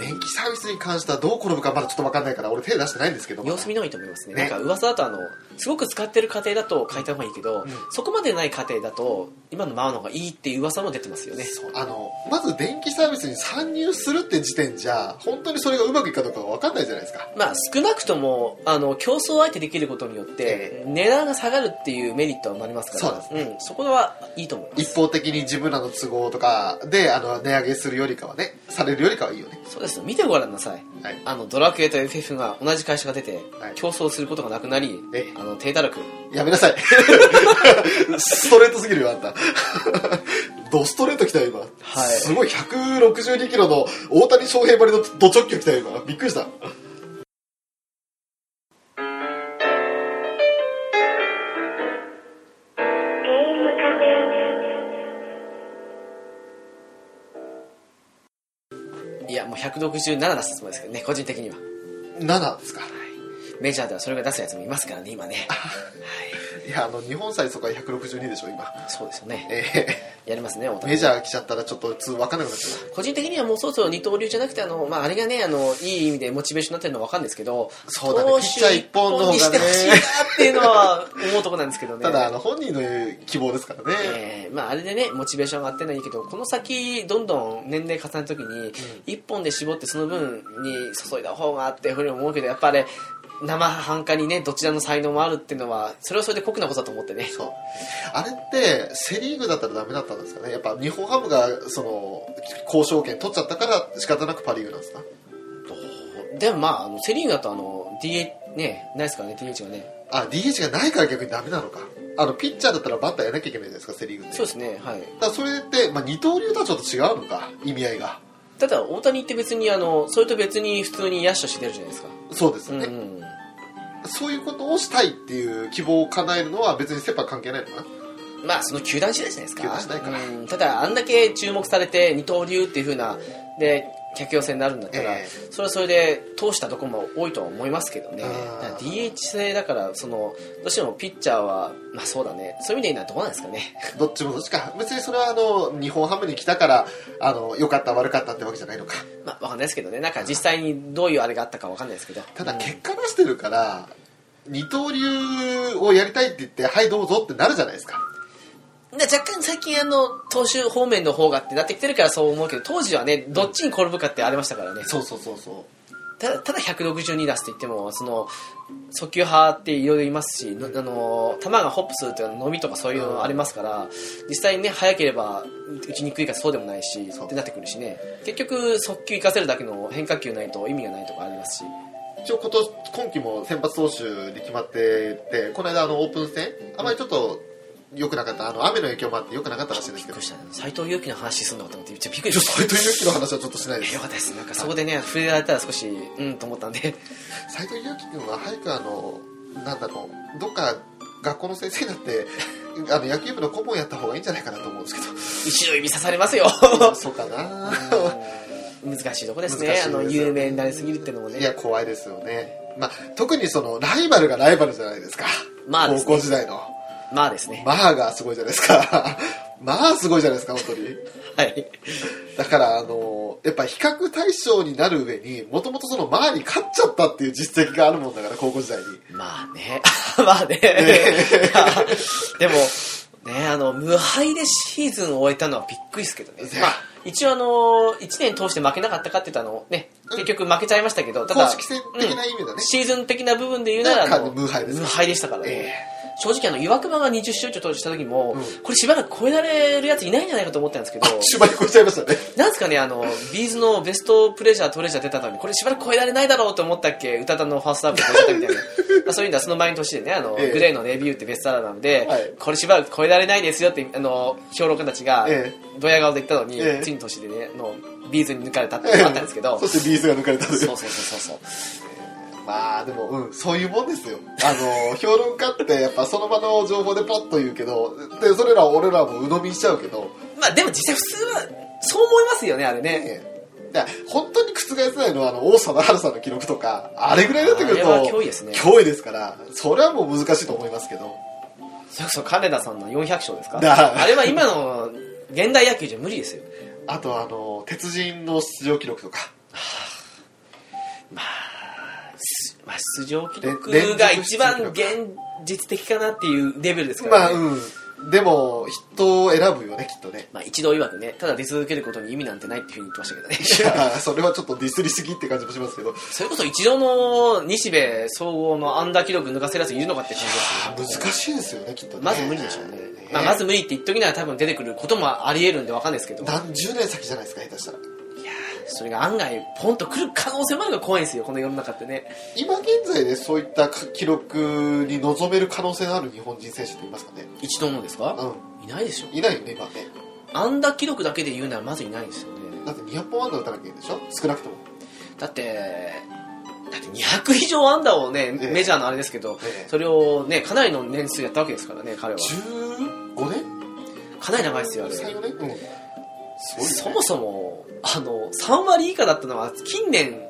S2: 電気サービスに関してはどう転ぶかまだちょっとわかんないから、俺手出してないんですけど、
S1: 様子見の方がいいと思いますね
S2: ね
S1: なんか噂だとあのすごく使ってる家庭だと変えた方がいいけど、そこまでない家庭だと今のままの方がいいっていう噂も出てますよね
S2: そうあの、まず電気サービスに参入するって時点じゃ、本当にそれがうまくいくかどうかわかんないじゃないですか。
S1: まあ少なくともあの競争相手できることによって値段が下がるっていうメリットは生まれますから
S2: そうです
S1: ん、そこはいいと思います
S2: 一方的に自分らの都合とかで、あの、値上げするよりかはね、されるよりかはいいよね。
S1: そうです見てごらんなさい
S2: はい。
S1: あのドラクエと FF が同じ会社が出て、
S2: はい
S1: 競争することがなくなり
S2: え
S1: あの低たらく
S2: やめなさ い。ストレートすぎるよ、あんた。ドストレート来たよ、今。すごい、162キロの大谷翔平ばりのド直球来たよ、今。びっくりした。
S1: いやもう167出すつもりですけどね個人的には
S2: 7ですか。
S1: メジャーではそれが出すやつもいますからね今ね
S2: いやあの日本最速は162でしょ今、
S1: そうですよね
S2: え
S1: やりますね大
S2: ー、
S1: 谷
S2: メジャー来ちゃったらちょっと通分かんなくなっちゃう
S1: 個人的にはもうそろそろ二刀流じゃなくてあの、まあ、あれがねあのいい意味でモチベーションになってるのは分かるんですけど
S2: そうだね
S1: 投手
S2: ピッチャー一本の方がね
S1: 一本にしてほしいなっていうのは思うとこなんですけどね
S2: ただあの本人の希望ですからね、
S1: えーまあ、あれでねモチベーションが上がってないいけどこの先どんどん年齢重ねた時に一本で絞ってその分に注いだ方がっていうふうに思うけどやっぱあれ生半可にねどちらの才能もあるっていうのはそれはそれで酷なことだと思ってね
S2: そうあれってセ・リーグだったらダメだったんですかねやっぱ日本ハムがその交渉権取っちゃったから仕方なくパ・リーグなんですか
S1: でもまああのセ・リーグだとあの DH ねないですからね DH がね
S2: あ DH がないから逆にダメなのかあのピッチャーだったらバッターやらなきゃいけないじゃないですかセ・リーグって
S1: そうですねはい
S2: だからそれって、まあ、二刀流とはちょっと違うのか意味合いが
S1: ただ大谷って別にあのそれと別に普通に野手として出るじゃないですか
S2: そうです
S1: うん、
S2: よね、
S1: うん、
S2: そういうことをしたいっていう希望を叶えるのは別にセ・パ関係ないのかな
S1: まあその球団次第じゃないですか
S2: 球団次第か
S1: うんただあんだけ注目されて二刀流っていう風なで客寄せになるんだったら、
S2: ええ
S1: それはそれで通したとこも多いとは思いますけどね
S2: あー
S1: だから DH 制だからそのどうしてもピッチャーはまあそうだねそういう意味でいいのはどうなんですかね
S2: どっちもどっちか別にそれはあの日本ハムに来たからあの良かった悪かったってわけじゃないのか
S1: まあわかんないですけどねなんか実際にどういうあれがあったかわかんないですけど
S2: ただ結果出してるから、二刀流をやりたいって言ってはいどうぞってなるじゃないですか
S1: で若干最近あの投手方面の方がってなってきてるからそう思うけど当時はねどっちに転ぶかってありましたからね
S2: そうそうそうそ
S1: ただただ162出すといってもその速球派っていろいろいますし、のあの球がホップするというのは伸びとかそういうのありますから、実際にね速ければ打ちにくいかそうでもないし
S2: そう
S1: ってなってくるしね結局速球生かせるだけの変化球ないと意味がないとかありますし
S2: う一応今年今季も先発投手で決まっててこの間あのオープン戦あまりちょっと良くなかったあの雨の影響もあって良くなかったらしいんです
S1: びっく
S2: けど
S1: りした斎藤佑樹の話するのかと思ってめっちゃびっくり
S2: ちょ
S1: し
S2: っと
S1: まし
S2: 斎
S1: た
S2: 藤佑樹の話はちょっとしないで
S1: え
S2: す
S1: よかったですなんかそこでね触れられたら少しうんと思ったんで
S2: 斎藤佑樹君は早くあのなんだろうどっか学校の先生になってあの野球部の顧問やった方がいいんじゃないかなと思うんですけ
S1: 後ろ指刺されますよ
S2: どそうかな
S1: 難しいとこです
S2: 難しいで
S1: ね
S2: す
S1: あの有名になりすぎるってのもね
S2: いや怖いですよね、まあ、特にそのライバルがライバルじゃないですか、
S1: まあですね
S2: 高校時代の
S1: まあですね
S2: まあがすごいじゃないですか まあすごいじゃないですか本当に
S1: はい
S2: だからあのやっぱ比較対象になる上にもともとそのまあに勝っちゃったっていう実績があるもんだから高校時代に
S1: まあね、 まあ ね。でも、ね、あの、無敗でシーズンを終えたのはびっくりですけどね。まあ、一応あの、1年通して負けなかったかって言ったのね、結局負けちゃいましたけど、た
S2: 公
S1: だ、
S2: 式戦的な意味だね、
S1: シーズン的な部分で言うなら、あ
S2: なんか
S1: の
S2: 無敗です
S1: 無敗でしたから
S2: え
S1: ね。正直あの、岩隈が20勝以上投した時も、
S2: うん
S1: これしばらく超えられるやついないんじゃないかと思ったんですけど、
S2: 終盤に超えちゃいましたね
S1: なんですかね、あの、ビーズのベストプレジャー、トレジャー出たのに、これしばらく超えられないだろうと思ったっけ、歌田のファーストアルバム出たみたい な。まあそういうのはその前の年でね、あの、
S2: ええ
S1: グレーのレビューってベストアルバムで、
S2: はい
S1: これしばらく超えられないですよって、あの、評論家たちが
S2: え、
S1: ドヤ顔で言ったのに、
S2: ええ
S1: 次の年でね、あの、ビーズに抜かれたっていうのがあったんですけど、
S2: そしてビーズが抜かれたとい
S1: そう
S2: う
S1: そうそうそうそ
S2: まあでも、うん、そういうもんですよ。あの、評論家ってやっぱその場の情報でパッと言うけど、で、それらを俺らも鵜呑みしちゃうけど、
S1: う。まあでも実際普通は、そう思いますよね、あれね。
S2: ねいや本当に覆せないのは、あの、王貞治さんの記録とか、あれぐらいになってくると、
S1: あれは脅威ですね
S2: 脅威ですから、それはもう難しいと思いますけど、
S1: それこそ金田さんの400勝ですか
S2: だ
S1: あれは今の現代野球じゃ無理ですよ。
S2: あとあの、鉄人の出場記録とか、
S1: まあ、すまあ、出場記録
S2: 連連
S1: が
S2: 続
S1: 一
S2: 出
S1: 番
S2: 場記録
S1: 現実的かなっていうレベルですか
S2: ま
S1: ら
S2: あ
S1: ね。まあ
S2: うん、でも、人を選ぶよね、きっとね。
S1: 一度曰くね、ただ出続けることに意味なんてないっていうふうに言ってましたけどね。
S2: いや、それはちょっとディスりすぎって感じもしますけど、
S1: それこそ一度の西部総合のアンダー記録抜かせるやついるのかって感じ
S2: 難
S1: です
S2: しいですよね、きっとね。
S1: まず無理でしょうね。まあ、まず無理って言っときなら多分出てくることもあり得るんでわかんないですけど、
S2: 何十年先じゃないですか下手したら
S1: それが案外ポンと来る可能性もあるのが怖いんですよ、この世の中ってね。
S2: 今現在でそういった記録に臨める可能性のある日本人選手っていますかね
S1: 一度のですか、
S2: う
S1: いないでしょ。
S2: んいないよね今ね
S1: アンダー記録だけで言うならまずいないですよね。
S2: だって200本安打打たなきゃいけないでしょ少なくとも
S1: だって、だって200以上安打をね、
S2: ええ
S1: メジャーのあれですけど、
S2: ええ
S1: それをね、かなりの年数やったわけですからね、彼は。
S2: 15年
S1: かなり長いですよ、あれ。
S2: 34年うんすごい
S1: そ
S2: よね
S1: もそも、あの、3割以下だったのは、近年、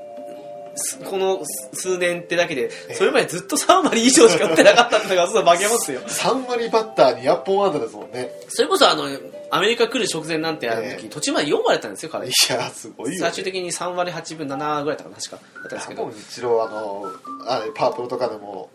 S1: すこの数年ってだけで、それまでずっと3割以上しか打ってなかったって のが、そう負けますよ。
S2: 3割バッターに100本安打ですもんね
S1: それこそ、あの、アメリカ来る直前なんてある時、
S2: ええ
S1: 途中まで4割だったんですよ、彼。
S2: いやすごいよ、ね、
S1: 最終的に3割8分7ぐらいだったかな、確か。だったんですけ
S2: 多
S1: ど。
S2: 分一郎あのあれパープルとかでも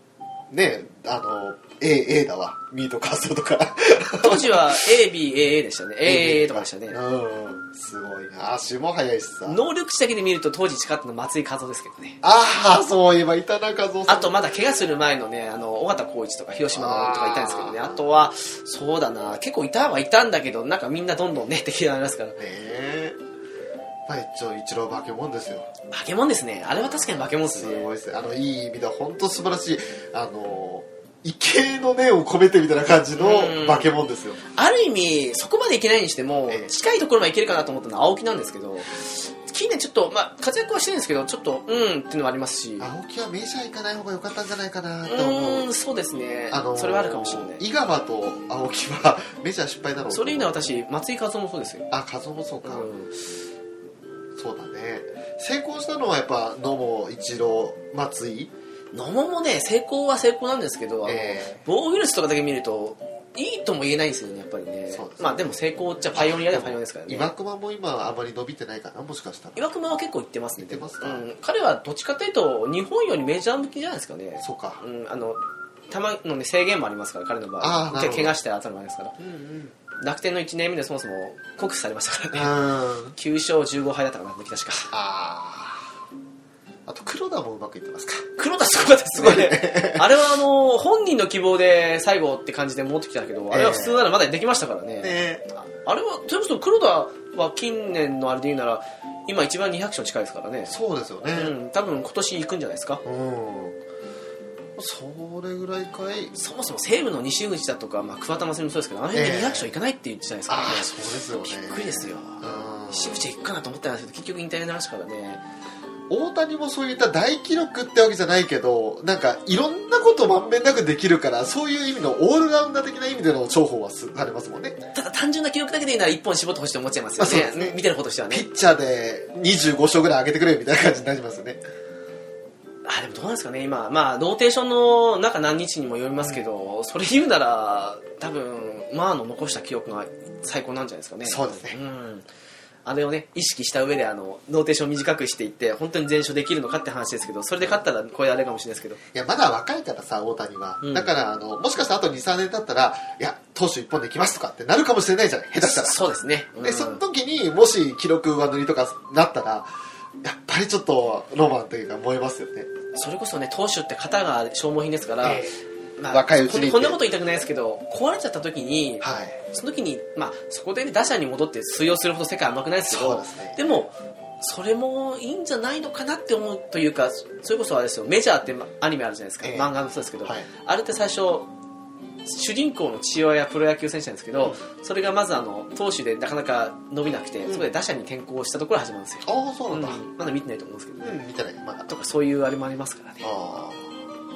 S2: ねあの A, A だわミートカーストとか
S1: 当時は ABAA でしたね。AA とかでしたね。
S2: うんすごいな足も速いしさ
S1: 能力値だけで見ると当時近かったの松井和夫ですけどね。
S2: ああそういえば板中和夫さん
S1: あとまだ怪我する前のね、あの、尾形浩一とか広島のとかいたんですけどね、
S2: あー
S1: あとは、そうだな、結構いたはいたんだけど、なんかみんなどんどんね、敵になりますから。
S2: ねえまあ一応一郎化け物ですよ
S1: 化け物ですね。あれは確かに化け物です
S2: す
S1: ね。
S2: ごいですねあのいい意味で本当素晴らしいあの畏敬の念を込めてみたいな感じの
S1: うん
S2: 化け物ですよ
S1: ある意味、そこまでいけないにしても
S2: ええ、
S1: 近いところまでいけるかなと思ったのは青木なんですけど、近年ちょっと、まあ、活躍はしてるんですけど、ちょっと、うんっていうのはありますし、う
S2: 青木はメジャー行かない方が良かったんじゃないかなと思う
S1: ーん、そうですね。
S2: あのー
S1: それはあるかもしれない。
S2: 井川と青木は メジャー失敗だろうと
S1: それ以外は私、松井和夫もそうですよ。
S2: あ和夫もそう
S1: うん、
S2: か、そうだね成功したのはやっぱ野茂一郎松井
S1: 野茂もね、成功は成功なんですけど、あの
S2: え
S1: 防御率とかだけ見るといいとも言えないんですよねやっぱりね
S2: そうですね
S1: まあでも成功っちゃパイオニアではパイオニアですから
S2: ー
S1: ね
S2: 岩隈も今あまり伸びてないかなもしかしたら
S1: 岩隈は結構行ってますね
S2: 行ってますか
S1: うん、彼はどっちかというと日本よりメジャー向きじゃないですかね
S2: そうか
S1: うんあのたまの、ね、制限もありますから彼の場
S2: あー
S1: 合
S2: なる
S1: け
S2: ほど
S1: 怪我して当たる前ですから
S2: うんうん
S1: 楽天の1年目でそもそも酷使されましたからね
S2: あ
S1: 9勝15敗だったかなこの時確か
S2: あーあと黒田もうまくいってますか
S1: 黒田すごかったです ねあれはあの本人の希望で最後って感じで戻ってきたけどあれは普通ならまだできましたからね、
S2: ね
S1: あれは、それこそ黒田は近年のあれで言うなら、今一番200勝近いですからね。
S2: そうですよね
S1: うん、多分今年行くんじゃないですか。
S2: うん、それぐらいかい
S1: そもそも西武の西口だとか、まあ、桑田真澄もそうですけど、あの辺で
S2: ええ
S1: 200勝いかないって言ってたじゃない
S2: ああ
S1: です
S2: そう
S1: か、
S2: ですよ
S1: び
S2: ね
S1: っくりですよ。
S2: うん
S1: 西口行くかなと思ったんですけど、結局引退になりましたからね。
S2: 大谷もそういった大記録ってわけじゃないけどなんかいろんなことまんべんなくできるからそういう意味のオールラウンダー的な意味での重宝はすされますもんね
S1: ただ単純な記録だけで言うなら1本絞ってほしいと思っちゃいます
S2: まあそう
S1: よ
S2: です
S1: ね。
S2: ね
S1: 見てる方としては
S2: ピ
S1: ね。
S2: ッチャーで25勝ぐらい上げてくれみたいな感じになりますよね
S1: あ、でもどうなんですかね、今。まあ、ローテーションの中何日にもよりますけど、それ言うなら、多分、マーの残した記録が最高なんじゃないですかね。
S2: そうですね
S1: うん、あれをね意識した上であのノーテーションを短くしていって本当に全勝できるのかって話ですけどそれで勝ったらこれあれかもしれないですけど
S2: いやまだ若いからさ大谷は、
S1: うん
S2: だからあのもしかしたらあと23年経ったらいや投手1本できますとかってなるかもしれないじゃない下手したら
S1: そうですね、うん
S2: でその時にもし記録上塗りとかなったらやっぱりちょっとロマンというか燃えますよね
S1: それこそね投手って型が消耗品ですから、
S2: え
S1: ま
S2: 若いうちにって
S1: こんこんなこと言いたくないですけど壊れちゃった時に
S2: はい
S1: その時に、まあ、そこで、ね、打者に戻って通用するほど世界甘くないですけ
S2: そう
S1: ど
S2: ですね
S1: でもそれもいいんじゃないのかなって思うというかそそれこそあれですよメジャーってまアニメあるじゃないですか、
S2: ええ
S1: 漫画もそうですけど、
S2: はい
S1: あれって最初主人公の父親はプロ野球選手なんですけど、それがまずあの投手でなかなか伸びなくて、そこで打者に転向したところが始まるんですよ、
S2: ああそうなんだ、
S1: うんまだ見てないと思うんですけどね、
S2: うん、見てない、まだ。
S1: とかそういうあれもありますからね
S2: ああ、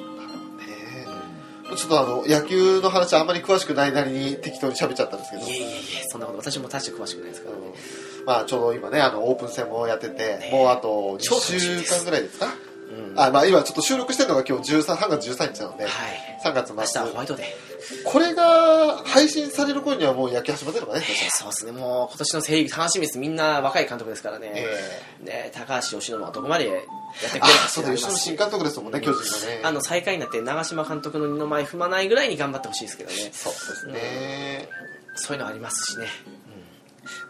S2: ねちょっとあの、野球の話あんまり詳しくないなりに適当に喋っちゃったんですけど
S1: いえ、いえいえそんなこと私も大して詳しくないですからね、
S2: まあちょうど今ね、あの、オープン戦もやってて、もうあと2
S1: 超楽しみ
S2: 週
S1: です
S2: 間ぐらいですか
S1: うん
S2: あ、まあ今ちょっと収録してるのが今日13、3月13日なので、
S1: はい
S2: 3月末
S1: 明日はホワイトデー
S2: これが配信される頃にはもう野球始まってるのかね。
S1: えーそうですね、もう今年のセ・リーグ楽しみです、みんな若い監督ですからね、
S2: え
S1: ね高橋由伸はどこまでやってく
S2: あ
S1: れるか
S2: そうだ、吉野新監督ですもんね、巨人のね。
S1: あの最下位になって、長嶋監督の二の舞踏まないぐらいに頑張ってほしいですけどね、
S2: そうですね。
S1: そういうのありますしね、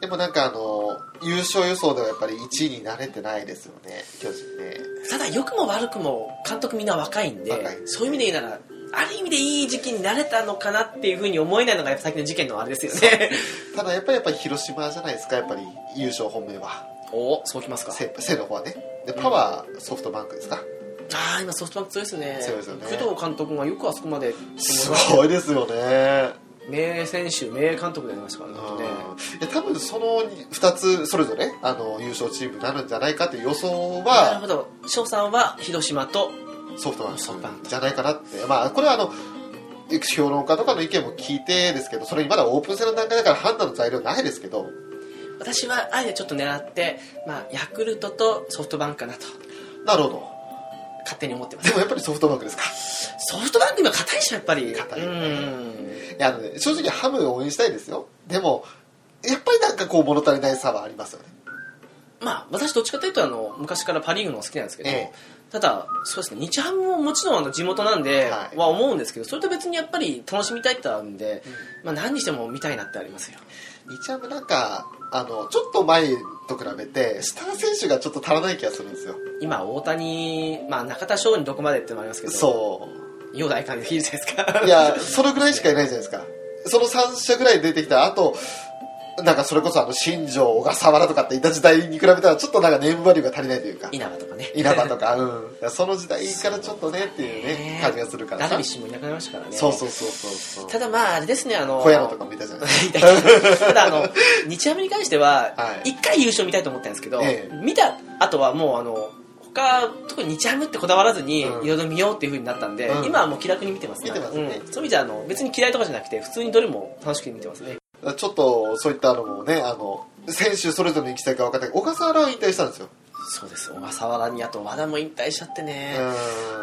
S2: でもなんかあの、優勝予想ではやっぱり1位になれてないですよね、巨人ね。
S1: ただ、良くも悪くも監督みんな若いんで
S2: 若い、
S1: そういう意味で言うなら、ある意味でいい時期になれたのかなっていうふうに思えないのが、やっぱ最近の事件のあれですよね。
S2: ただやっぱりやっぱり広島じゃないですかやっぱり優勝本命は
S1: おそうきますか。
S2: せせの方はねでパワーソフトバンクですか、
S1: ああ、今ソフトバンク強いですね。
S2: 強いですよね
S1: 工藤監督がよくあそこまで、
S2: すごいですよね
S1: 名選手、名監督でありましたから
S2: うん
S1: ね本当ね。
S2: いや多分その2つそれぞれあの優勝チームになるんじゃないかという予想
S1: なる
S2: は
S1: ほど翔さんは広島と
S2: ソフトバン
S1: ソフトバンク
S2: クじゃないかなってまあこれはあの評論家とかの意見も聞いてですけどそれにまだオープン戦の段階だから判断の材料ないですけど
S1: 私はあえてちょっと狙って、まあ、ヤクルトとソフトバンクかなと
S2: なるほど
S1: 勝手に思ってま
S2: ですもやっぱりソフトバンクですか
S1: ソフトバンク今硬いでしょやっぱり
S2: 硬い
S1: うん
S2: いやあのね正直ハムを応援したいですよでもやっぱりなんかこう物足りない差はありますよね
S1: まあ私どっちかというとあの昔からパ・リーグの方が好きなんですけど、
S2: ええ
S1: ただそうですね日ハムももちろんあの地元なんで
S2: はい
S1: は思うんですけど、それと別にやっぱり楽しみたいってあるんで、まあ何にしても見たいなってありますよ
S2: 日ハムなんかあのちょっと前と比べてスター選手がちょっと足らない気がするんですよ
S1: 今大谷、まあ、中田翔にどこまでってのもありますけど
S2: そ
S1: よう大感じいいじゃないですか
S2: ういやそれぐらいしかいないじゃないですかその3社ぐらい出てきたあとなんかそれこそあの新庄小笠原とかっていた時代に比べたらちょっとなんかネームバリューが足りないというか
S1: 稲葉とかね
S2: 稲葉とか、うん、いやその時代からちょっとねっていうね
S1: ね
S2: 感じがするから
S1: ダル
S2: さ
S1: ビッシュもいなくなりましたからね
S2: そうそうそうそうそ
S1: た
S2: う
S1: だまああれですねあの
S2: 小山とかもいたじゃないですか
S1: いたいた ただあ の日ハムに関しては
S2: はい
S1: 一回優勝見たいと思ったんですけど、
S2: ええ
S1: 見た後はもうあの他特に日ハムってこだわらずにい
S2: うん
S1: ろいろ見ようっていうふうになったんで、
S2: うん
S1: 今はもう気楽に見てます
S2: 見てますね
S1: うん、そういう意味じゃあの別に嫌いとかじゃなくて普通にどれも楽しく見てますね
S2: ちょっとそういったのもねあの選手それぞれの行き先が分かって小笠原は引退したんですよ
S1: そうです小笠原にあと和田も引退しちゃってね、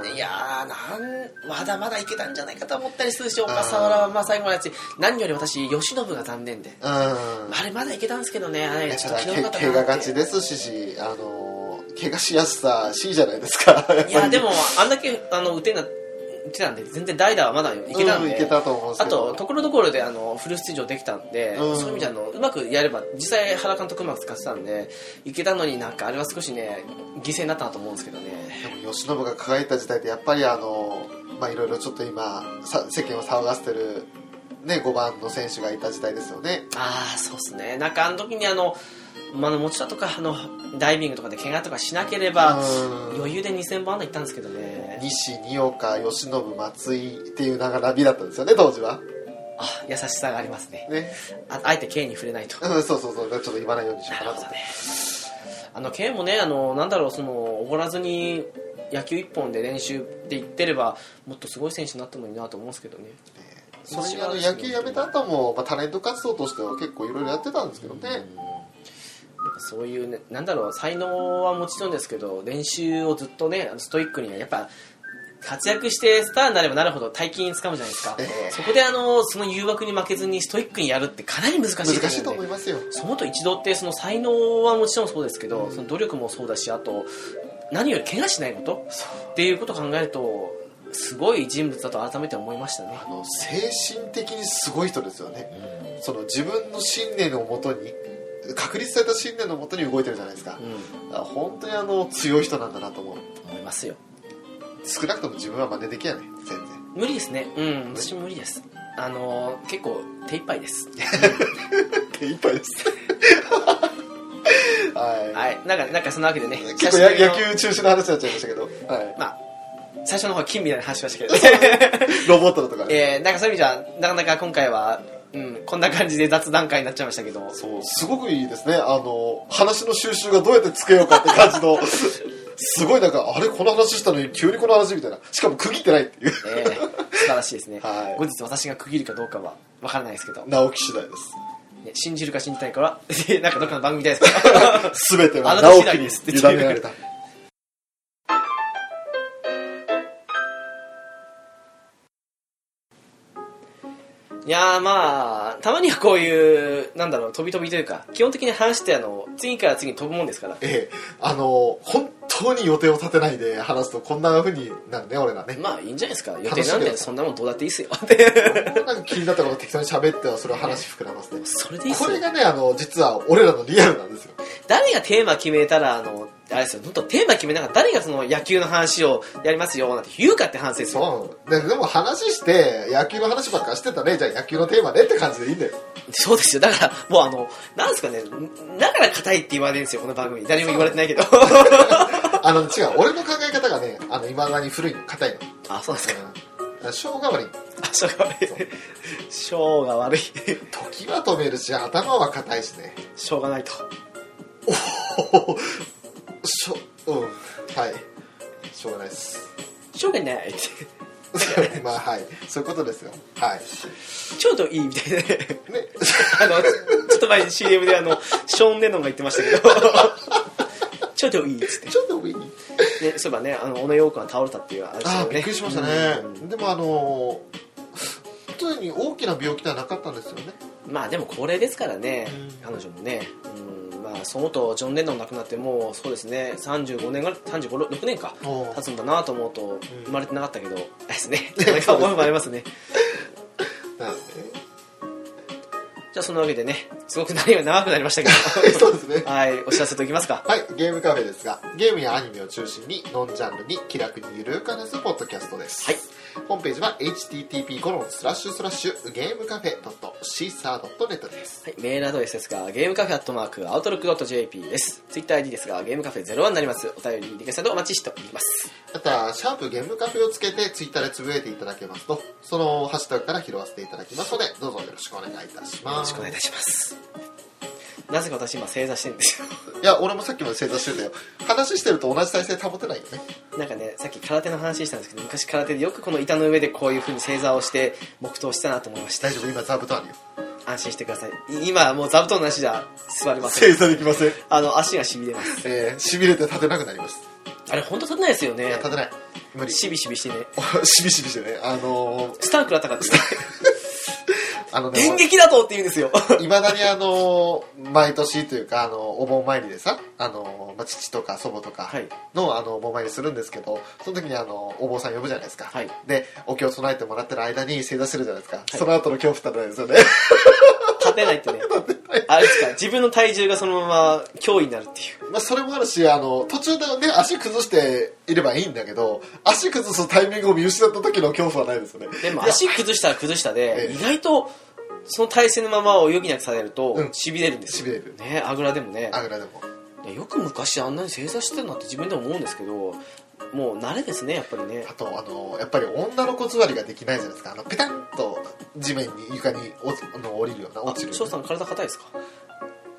S2: うん
S1: いやーなん和田まだいけたんじゃないかと思ったりするし小笠原はまあ最後のやつ何より私慶喜が残念で、
S2: うん
S1: あれまだいけたんですけどねあれちょっと昨日
S2: け
S1: 良かった
S2: 怪我
S1: な
S2: が
S1: って
S2: ちですしあの怪我しやすさ C じゃないですか
S1: いやでもあんだけあの打てな打てたんで全然代打はまだいけたんで、
S2: うんいけたと思うんです
S1: あ
S2: けど
S1: とところどころであのフル出場できたんで、
S2: うん
S1: そういう意味であのうまくやれば実際原監督うまく使ってたんでいけたのになんかあれは少しね犠牲になったなと思うんですけどね
S2: でも吉野が輝いた時代ってやっぱりあのまあいろいろちょっと今さ世間を騒がせてるね5番の選手がいた時代ですよね
S1: ああそうっすねなんかあの時にあの馬の持ちだとかあのダイビングとかで怪我とかしなければ
S2: うん
S1: 余裕で2000本安打いったんですけどね
S2: 西二岡由伸松井っていう長並びだったんですよね当時は
S1: あ優しさがありますね
S2: ね
S1: ああえて K に触れないと
S2: うんそうそうそうちょっと言わないようにしようかなと思って
S1: あの K もねあのなんだろうそのおごらずに野球一本で練習で行ってればもっとすごい選手になったのになと思うんですけどね
S2: それにあの野球やめた後も、まあ、タレント活動としては結構いろいろやってたんですけどね、
S1: やっぱそういうねなんだろう才能はもちろんですけど練習をずっとねあのストイックにやっぱ活躍してスターになればなるほど大金つかむじゃないですか、
S2: ええ
S1: そこであのその誘惑に負けずにストイックにやるってかなり難しいですよね
S2: 難しいと思いますよ
S1: そのと一度ってその才能はもちろんそうですけど、その努力もそうだしあと何より怪我しないことっていうことを考えるとすごい人物だと改めて思いましたね
S2: あの精神的にすごい人ですよね、その自分の信念をもとに確立された信念のもとに動いてるじゃないですか,、
S1: うん
S2: 本当にあの強い人なんだなと思う
S1: 思いますよ
S2: 少なくとも自分は真似できやね全然
S1: 無理ですねうん私も無理ですあの結構手一杯です
S2: 手いっぱいです はい、
S1: はいなんかなんかそのわけでね
S2: 結構や
S1: 久しぶりの
S2: 野球中止の話になっちゃいましたけど、はい、
S1: まあ最初の方は金みたいな話しましたけどね
S2: ロボットのとかね、
S1: えー、なんかそういう意味じゃなかなか今回は、うん、こんな感じで雑談会になっちゃいましたけど
S2: そうすごくいいですねあの話の収集がどうやってつけようかって感じの すごいなんかあれこの話したのに急にこの話みたいなしかも区切ってないっていう
S1: えー、素晴らしいですね、
S2: はい
S1: 後日私が区切るかどうかは分からないですけど、ね
S2: 直木次第です
S1: 信じるか信じないかは なんかどっかの番組みたいですけど
S2: 全ては
S1: あなた
S2: 直
S1: 次
S2: 木
S1: 第
S2: に
S1: ですって
S2: 委ねられた
S1: いやーまあたまにはこういうなんだろう飛び飛びというか基本的に話してあの次から次に飛ぶもんですから
S2: ええあの本当に予定を立てないで話すとこんな風になるね俺らね
S1: まあいいんじゃないですか予定なん
S2: 楽しみだ
S1: で
S2: よ
S1: そんなもんどうだっていいっすよ
S2: なんか気になったこと適当に喋ってはそれを話膨らますね
S1: それでいいっす
S2: これ
S1: よ
S2: がねあの実は俺らのリアルなんですよ
S1: 誰がテーマ決めたらあのあれですよ本当テーマ決めながら誰がその野球の話をやりますよなんて言うかって反省する
S2: そうででも話して野球の話ばっかしてたねじゃあ野球のテーマねって感じでいいんだよ
S1: そうですよ。だから、もうあの、なんですかね、だから硬いって言われるんですよ、この番組。誰も言われてないけ ど。
S2: あの違う俺の考え方がねあの今だに古いの硬いの
S1: あ、そうなんですか。
S2: うんしょうが悪い
S1: あ、しょうが悪い。 しょうが悪い。
S2: 時は止めるし頭は硬いしね
S1: しょうがないと。
S2: しょうんはいしょうがないです
S1: しょうがないって。
S2: まあはいそういうことですよはい
S1: ちょうどいいみたいなね。
S2: ね
S1: あの、ちょっと前に CM であの、ショーン・レノンが言ってましたけど。ちょうどいいっつって。
S2: ちょっと上に
S1: ね、そういえばね、あの、小野洋子が倒れたっていう話
S2: あ
S1: を
S2: あびっくりしましたね
S1: うんうん、
S2: でもあの普通に大きな病気ではなかったんですよね
S1: まあでも高齢ですからね、
S2: うん
S1: 彼女もね、うんまあ、そのとジョン・レノン亡くなってもうそうですね35年が35 6年か
S2: おう
S1: 経つんだなと思うと
S2: ん
S1: 生まれてなかったけど、あれです ねなんか思いもありますね
S2: なんで
S1: じゃあそんなわけでねすごく何より長くなりました け
S2: そうですね
S1: どはいお知らせときますか
S2: はいゲームカフェですがゲームやアニメを中心にノンジャンルに気楽にゆるく話すポッドキャストです、
S1: はい
S2: ホームページは http コロンスラッシュスラッシュゲームカフェ .caesar.net です
S1: はい、メールアドレスですが、ゲームカフェアットマーク、アウトロック .jp です。ツイッター ID ですが、ゲームカフェ01になります。お便り、リクエストなどお待ちしております。
S2: またシャープゲームカフェをつけてツイッターでつぶやいていただけますとそのハッシュタグから拾わせていただきますのでどうぞよろしくお願いいたし
S1: よろ
S2: ま
S1: し
S2: す
S1: くお願いいたします。なぜか私今正座してるんですよ。
S2: いや俺もさっきまで正座してたよ話してると同じ体勢保てないよね
S1: なんかね、さっき空手の話したんですけど、昔空手でよくこの板の上でこういう風に正座をして、黙祷したなと思いました
S2: 大。丈夫今座布団あるよ
S1: 安心してください。い今はもう座布団なしじゃ座りません。
S2: 正座できません
S1: あの、足が痺れます。
S2: えー、しびれて立てなくなります
S1: あれ、ほんと立てないですよ
S2: いや
S1: ね。
S2: 立てない無理し
S1: しびしびしてね。
S2: び しびしてねあのー、
S1: スタン食らったからって
S2: あの
S1: 電
S2: ね
S1: 撃だとって言うんですよ。
S2: いまだにあのー毎年というかあのーお盆参りでさあのー、まあ、父とか祖母とか
S1: はい
S2: の,、あのお盆参りするんですけどその時にあのお坊さん呼ぶじゃないですか、
S1: はい
S2: でお経を唱えてもらってる間に正座してるじゃないですか、
S1: い
S2: その後の恐怖たらないですよね
S1: 立てないってね。あれですか、自分の体重がそのまま脅威になるっていう。
S2: まあそれもあるしあの途中で、ね、足崩していればいいんだけど足崩すタイミングを見失った時の恐怖はないですよね
S1: でも
S2: いや
S1: 足崩したら崩したで
S2: え、え
S1: 意外とその体勢のままを余儀なくされると
S2: うん、
S1: 痺れるんですよ。
S2: 痺れる
S1: ね、あぐらでもね。
S2: あぐらでも
S1: いやよく昔あんなに正座してるなって自分でも思うんですけど、もう慣れですね、やっぱりね
S2: あ。とあのやっぱり女の子座りができないじゃないですかあのペタンと地面に床におあの降りるような
S1: あ
S2: 落ち、るよ
S1: 翔
S2: う
S1: さ
S2: なん
S1: 体硬いですか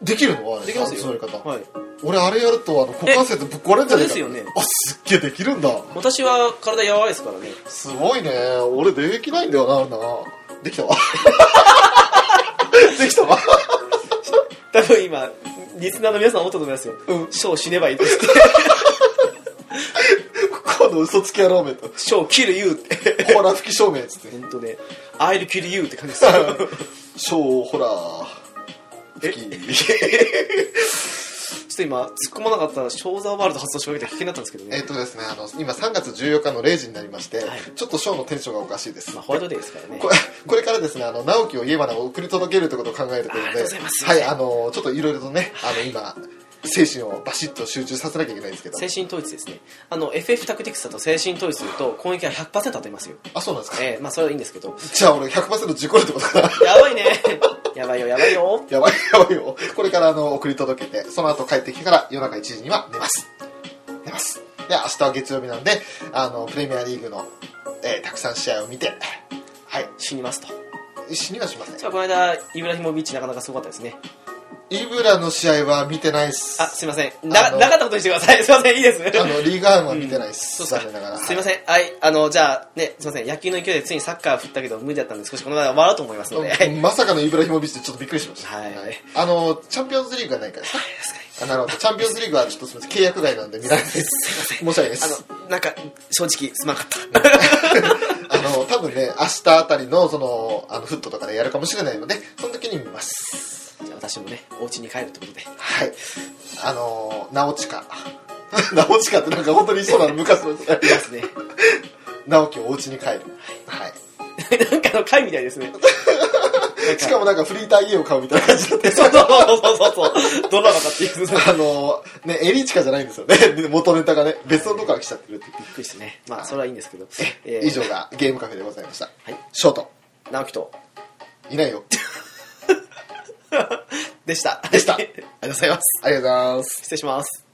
S2: できるのはあれ
S1: できます
S2: 座り
S1: よ。
S2: 方、
S1: はい。
S2: 俺あれやるとあの股関節ぶっ壊れるんじゃないか
S1: えそうですよね
S2: あすっげえできるんだ
S1: 私は体柔らかいですからね。
S2: すごいね俺できないんだよなあんなできたわ できたわ
S1: 多分今、リスナーの皆さん思ったと思いますよ。
S2: うん
S1: 翔死ねばいいって言 って、
S2: 今度嘘つき野郎めと
S1: 翔キルユーって。
S2: ほら吹き照明っつって
S1: 本当ね、I'll kill you って感じです よ。
S2: ショーほら吹き
S1: ちょっと今、突っ込まなかったら、ショーザーワールド発動しかけて危険だったんですけど
S2: えっ
S1: ね。
S2: とですねあの今3月14日の0時になりまして、
S1: はい
S2: ちょっとショーのテンションがおかしいです
S1: まあ、ホワイトデーですからね。
S2: これこれからですね、あの直樹を家まで送り届けるってことを考えるという
S1: あありが
S2: ことと
S1: う
S2: で、
S1: ございます
S2: はい、あのちょっといろいろとね、あの今精神をバシッと集中させなきゃいけないんですけど、
S1: 精神統一ですね。あの、FF タクティクスだと精神統一すると、攻撃が100%当たりますよ。
S2: あそうなんですか。
S1: ええまあ、それはいいんですけど。
S2: じゃあ俺100%事故るってことかな。
S1: やばいね。 やばいよ、やばいよ。
S2: やばいやばいよ。これからあの送り届けて、その後帰ってきてから夜中1時には寝ます。寝ます。で明日は月曜日なんで、あのプレミアリーグの、えーたくさん試合を見て、はい、
S1: 死にますと。
S2: 死にはしません。
S1: じゃあ、この間、イブラヒモビッチなかなかすごかったですね。
S2: イブラの試合は見てないっす。
S1: あ、
S2: あ
S1: すいません。な、
S2: あの
S1: なかったことにしてください。すい ません、いいです。
S2: のリーガームは見てないっす。
S1: そうっすか
S2: 残念ながら。
S1: すいません。はい。あの、じゃあ、ね、すいません。野球の勢いでついにサッカー振ったけど、無理だったんで、少しこの場で終わろうと思いますので。はい。
S2: まさかのイブラヒモビッチでちょっとびっくりしました、
S1: はい
S2: あのチャンピオンズリーグがないからですねあなるほどチャンピオンズリーグはちょっとすみません契約外なんで見られないです
S1: すい
S2: 申
S1: ま
S2: し訳ないで
S1: せん。あ
S2: す
S1: の、なんか、正直、すまんかった。
S2: あの多分ね明日あたりのそのあのフットとかでやるかもしれないのでその時に見ます
S1: じゃあ私もね、お家に帰るってことで。
S2: はいあの直 近直近ってなんか本当にそうなの昔の 人
S1: いますね。
S2: 直樹をお家に帰るはい
S1: なんかの会みたいですね。
S2: しかもなんかフリーター家を買うみたいな感じだって
S1: そうそうそうそうそう。ドラマかっていう。びっ
S2: あのねエリチカじゃないんですよね元ネタがね別のとこから来ちゃってるっていう
S1: くりしてね。まあ、それはいいんですけど。えー
S2: 以上。がゲームカフェでございました、
S1: はい
S2: ショート
S1: 直樹と、
S2: いないよ
S1: でした。
S2: でした
S1: あ
S2: あ
S1: り
S2: り
S1: がとうございます。
S2: がとうございます
S1: 失礼します。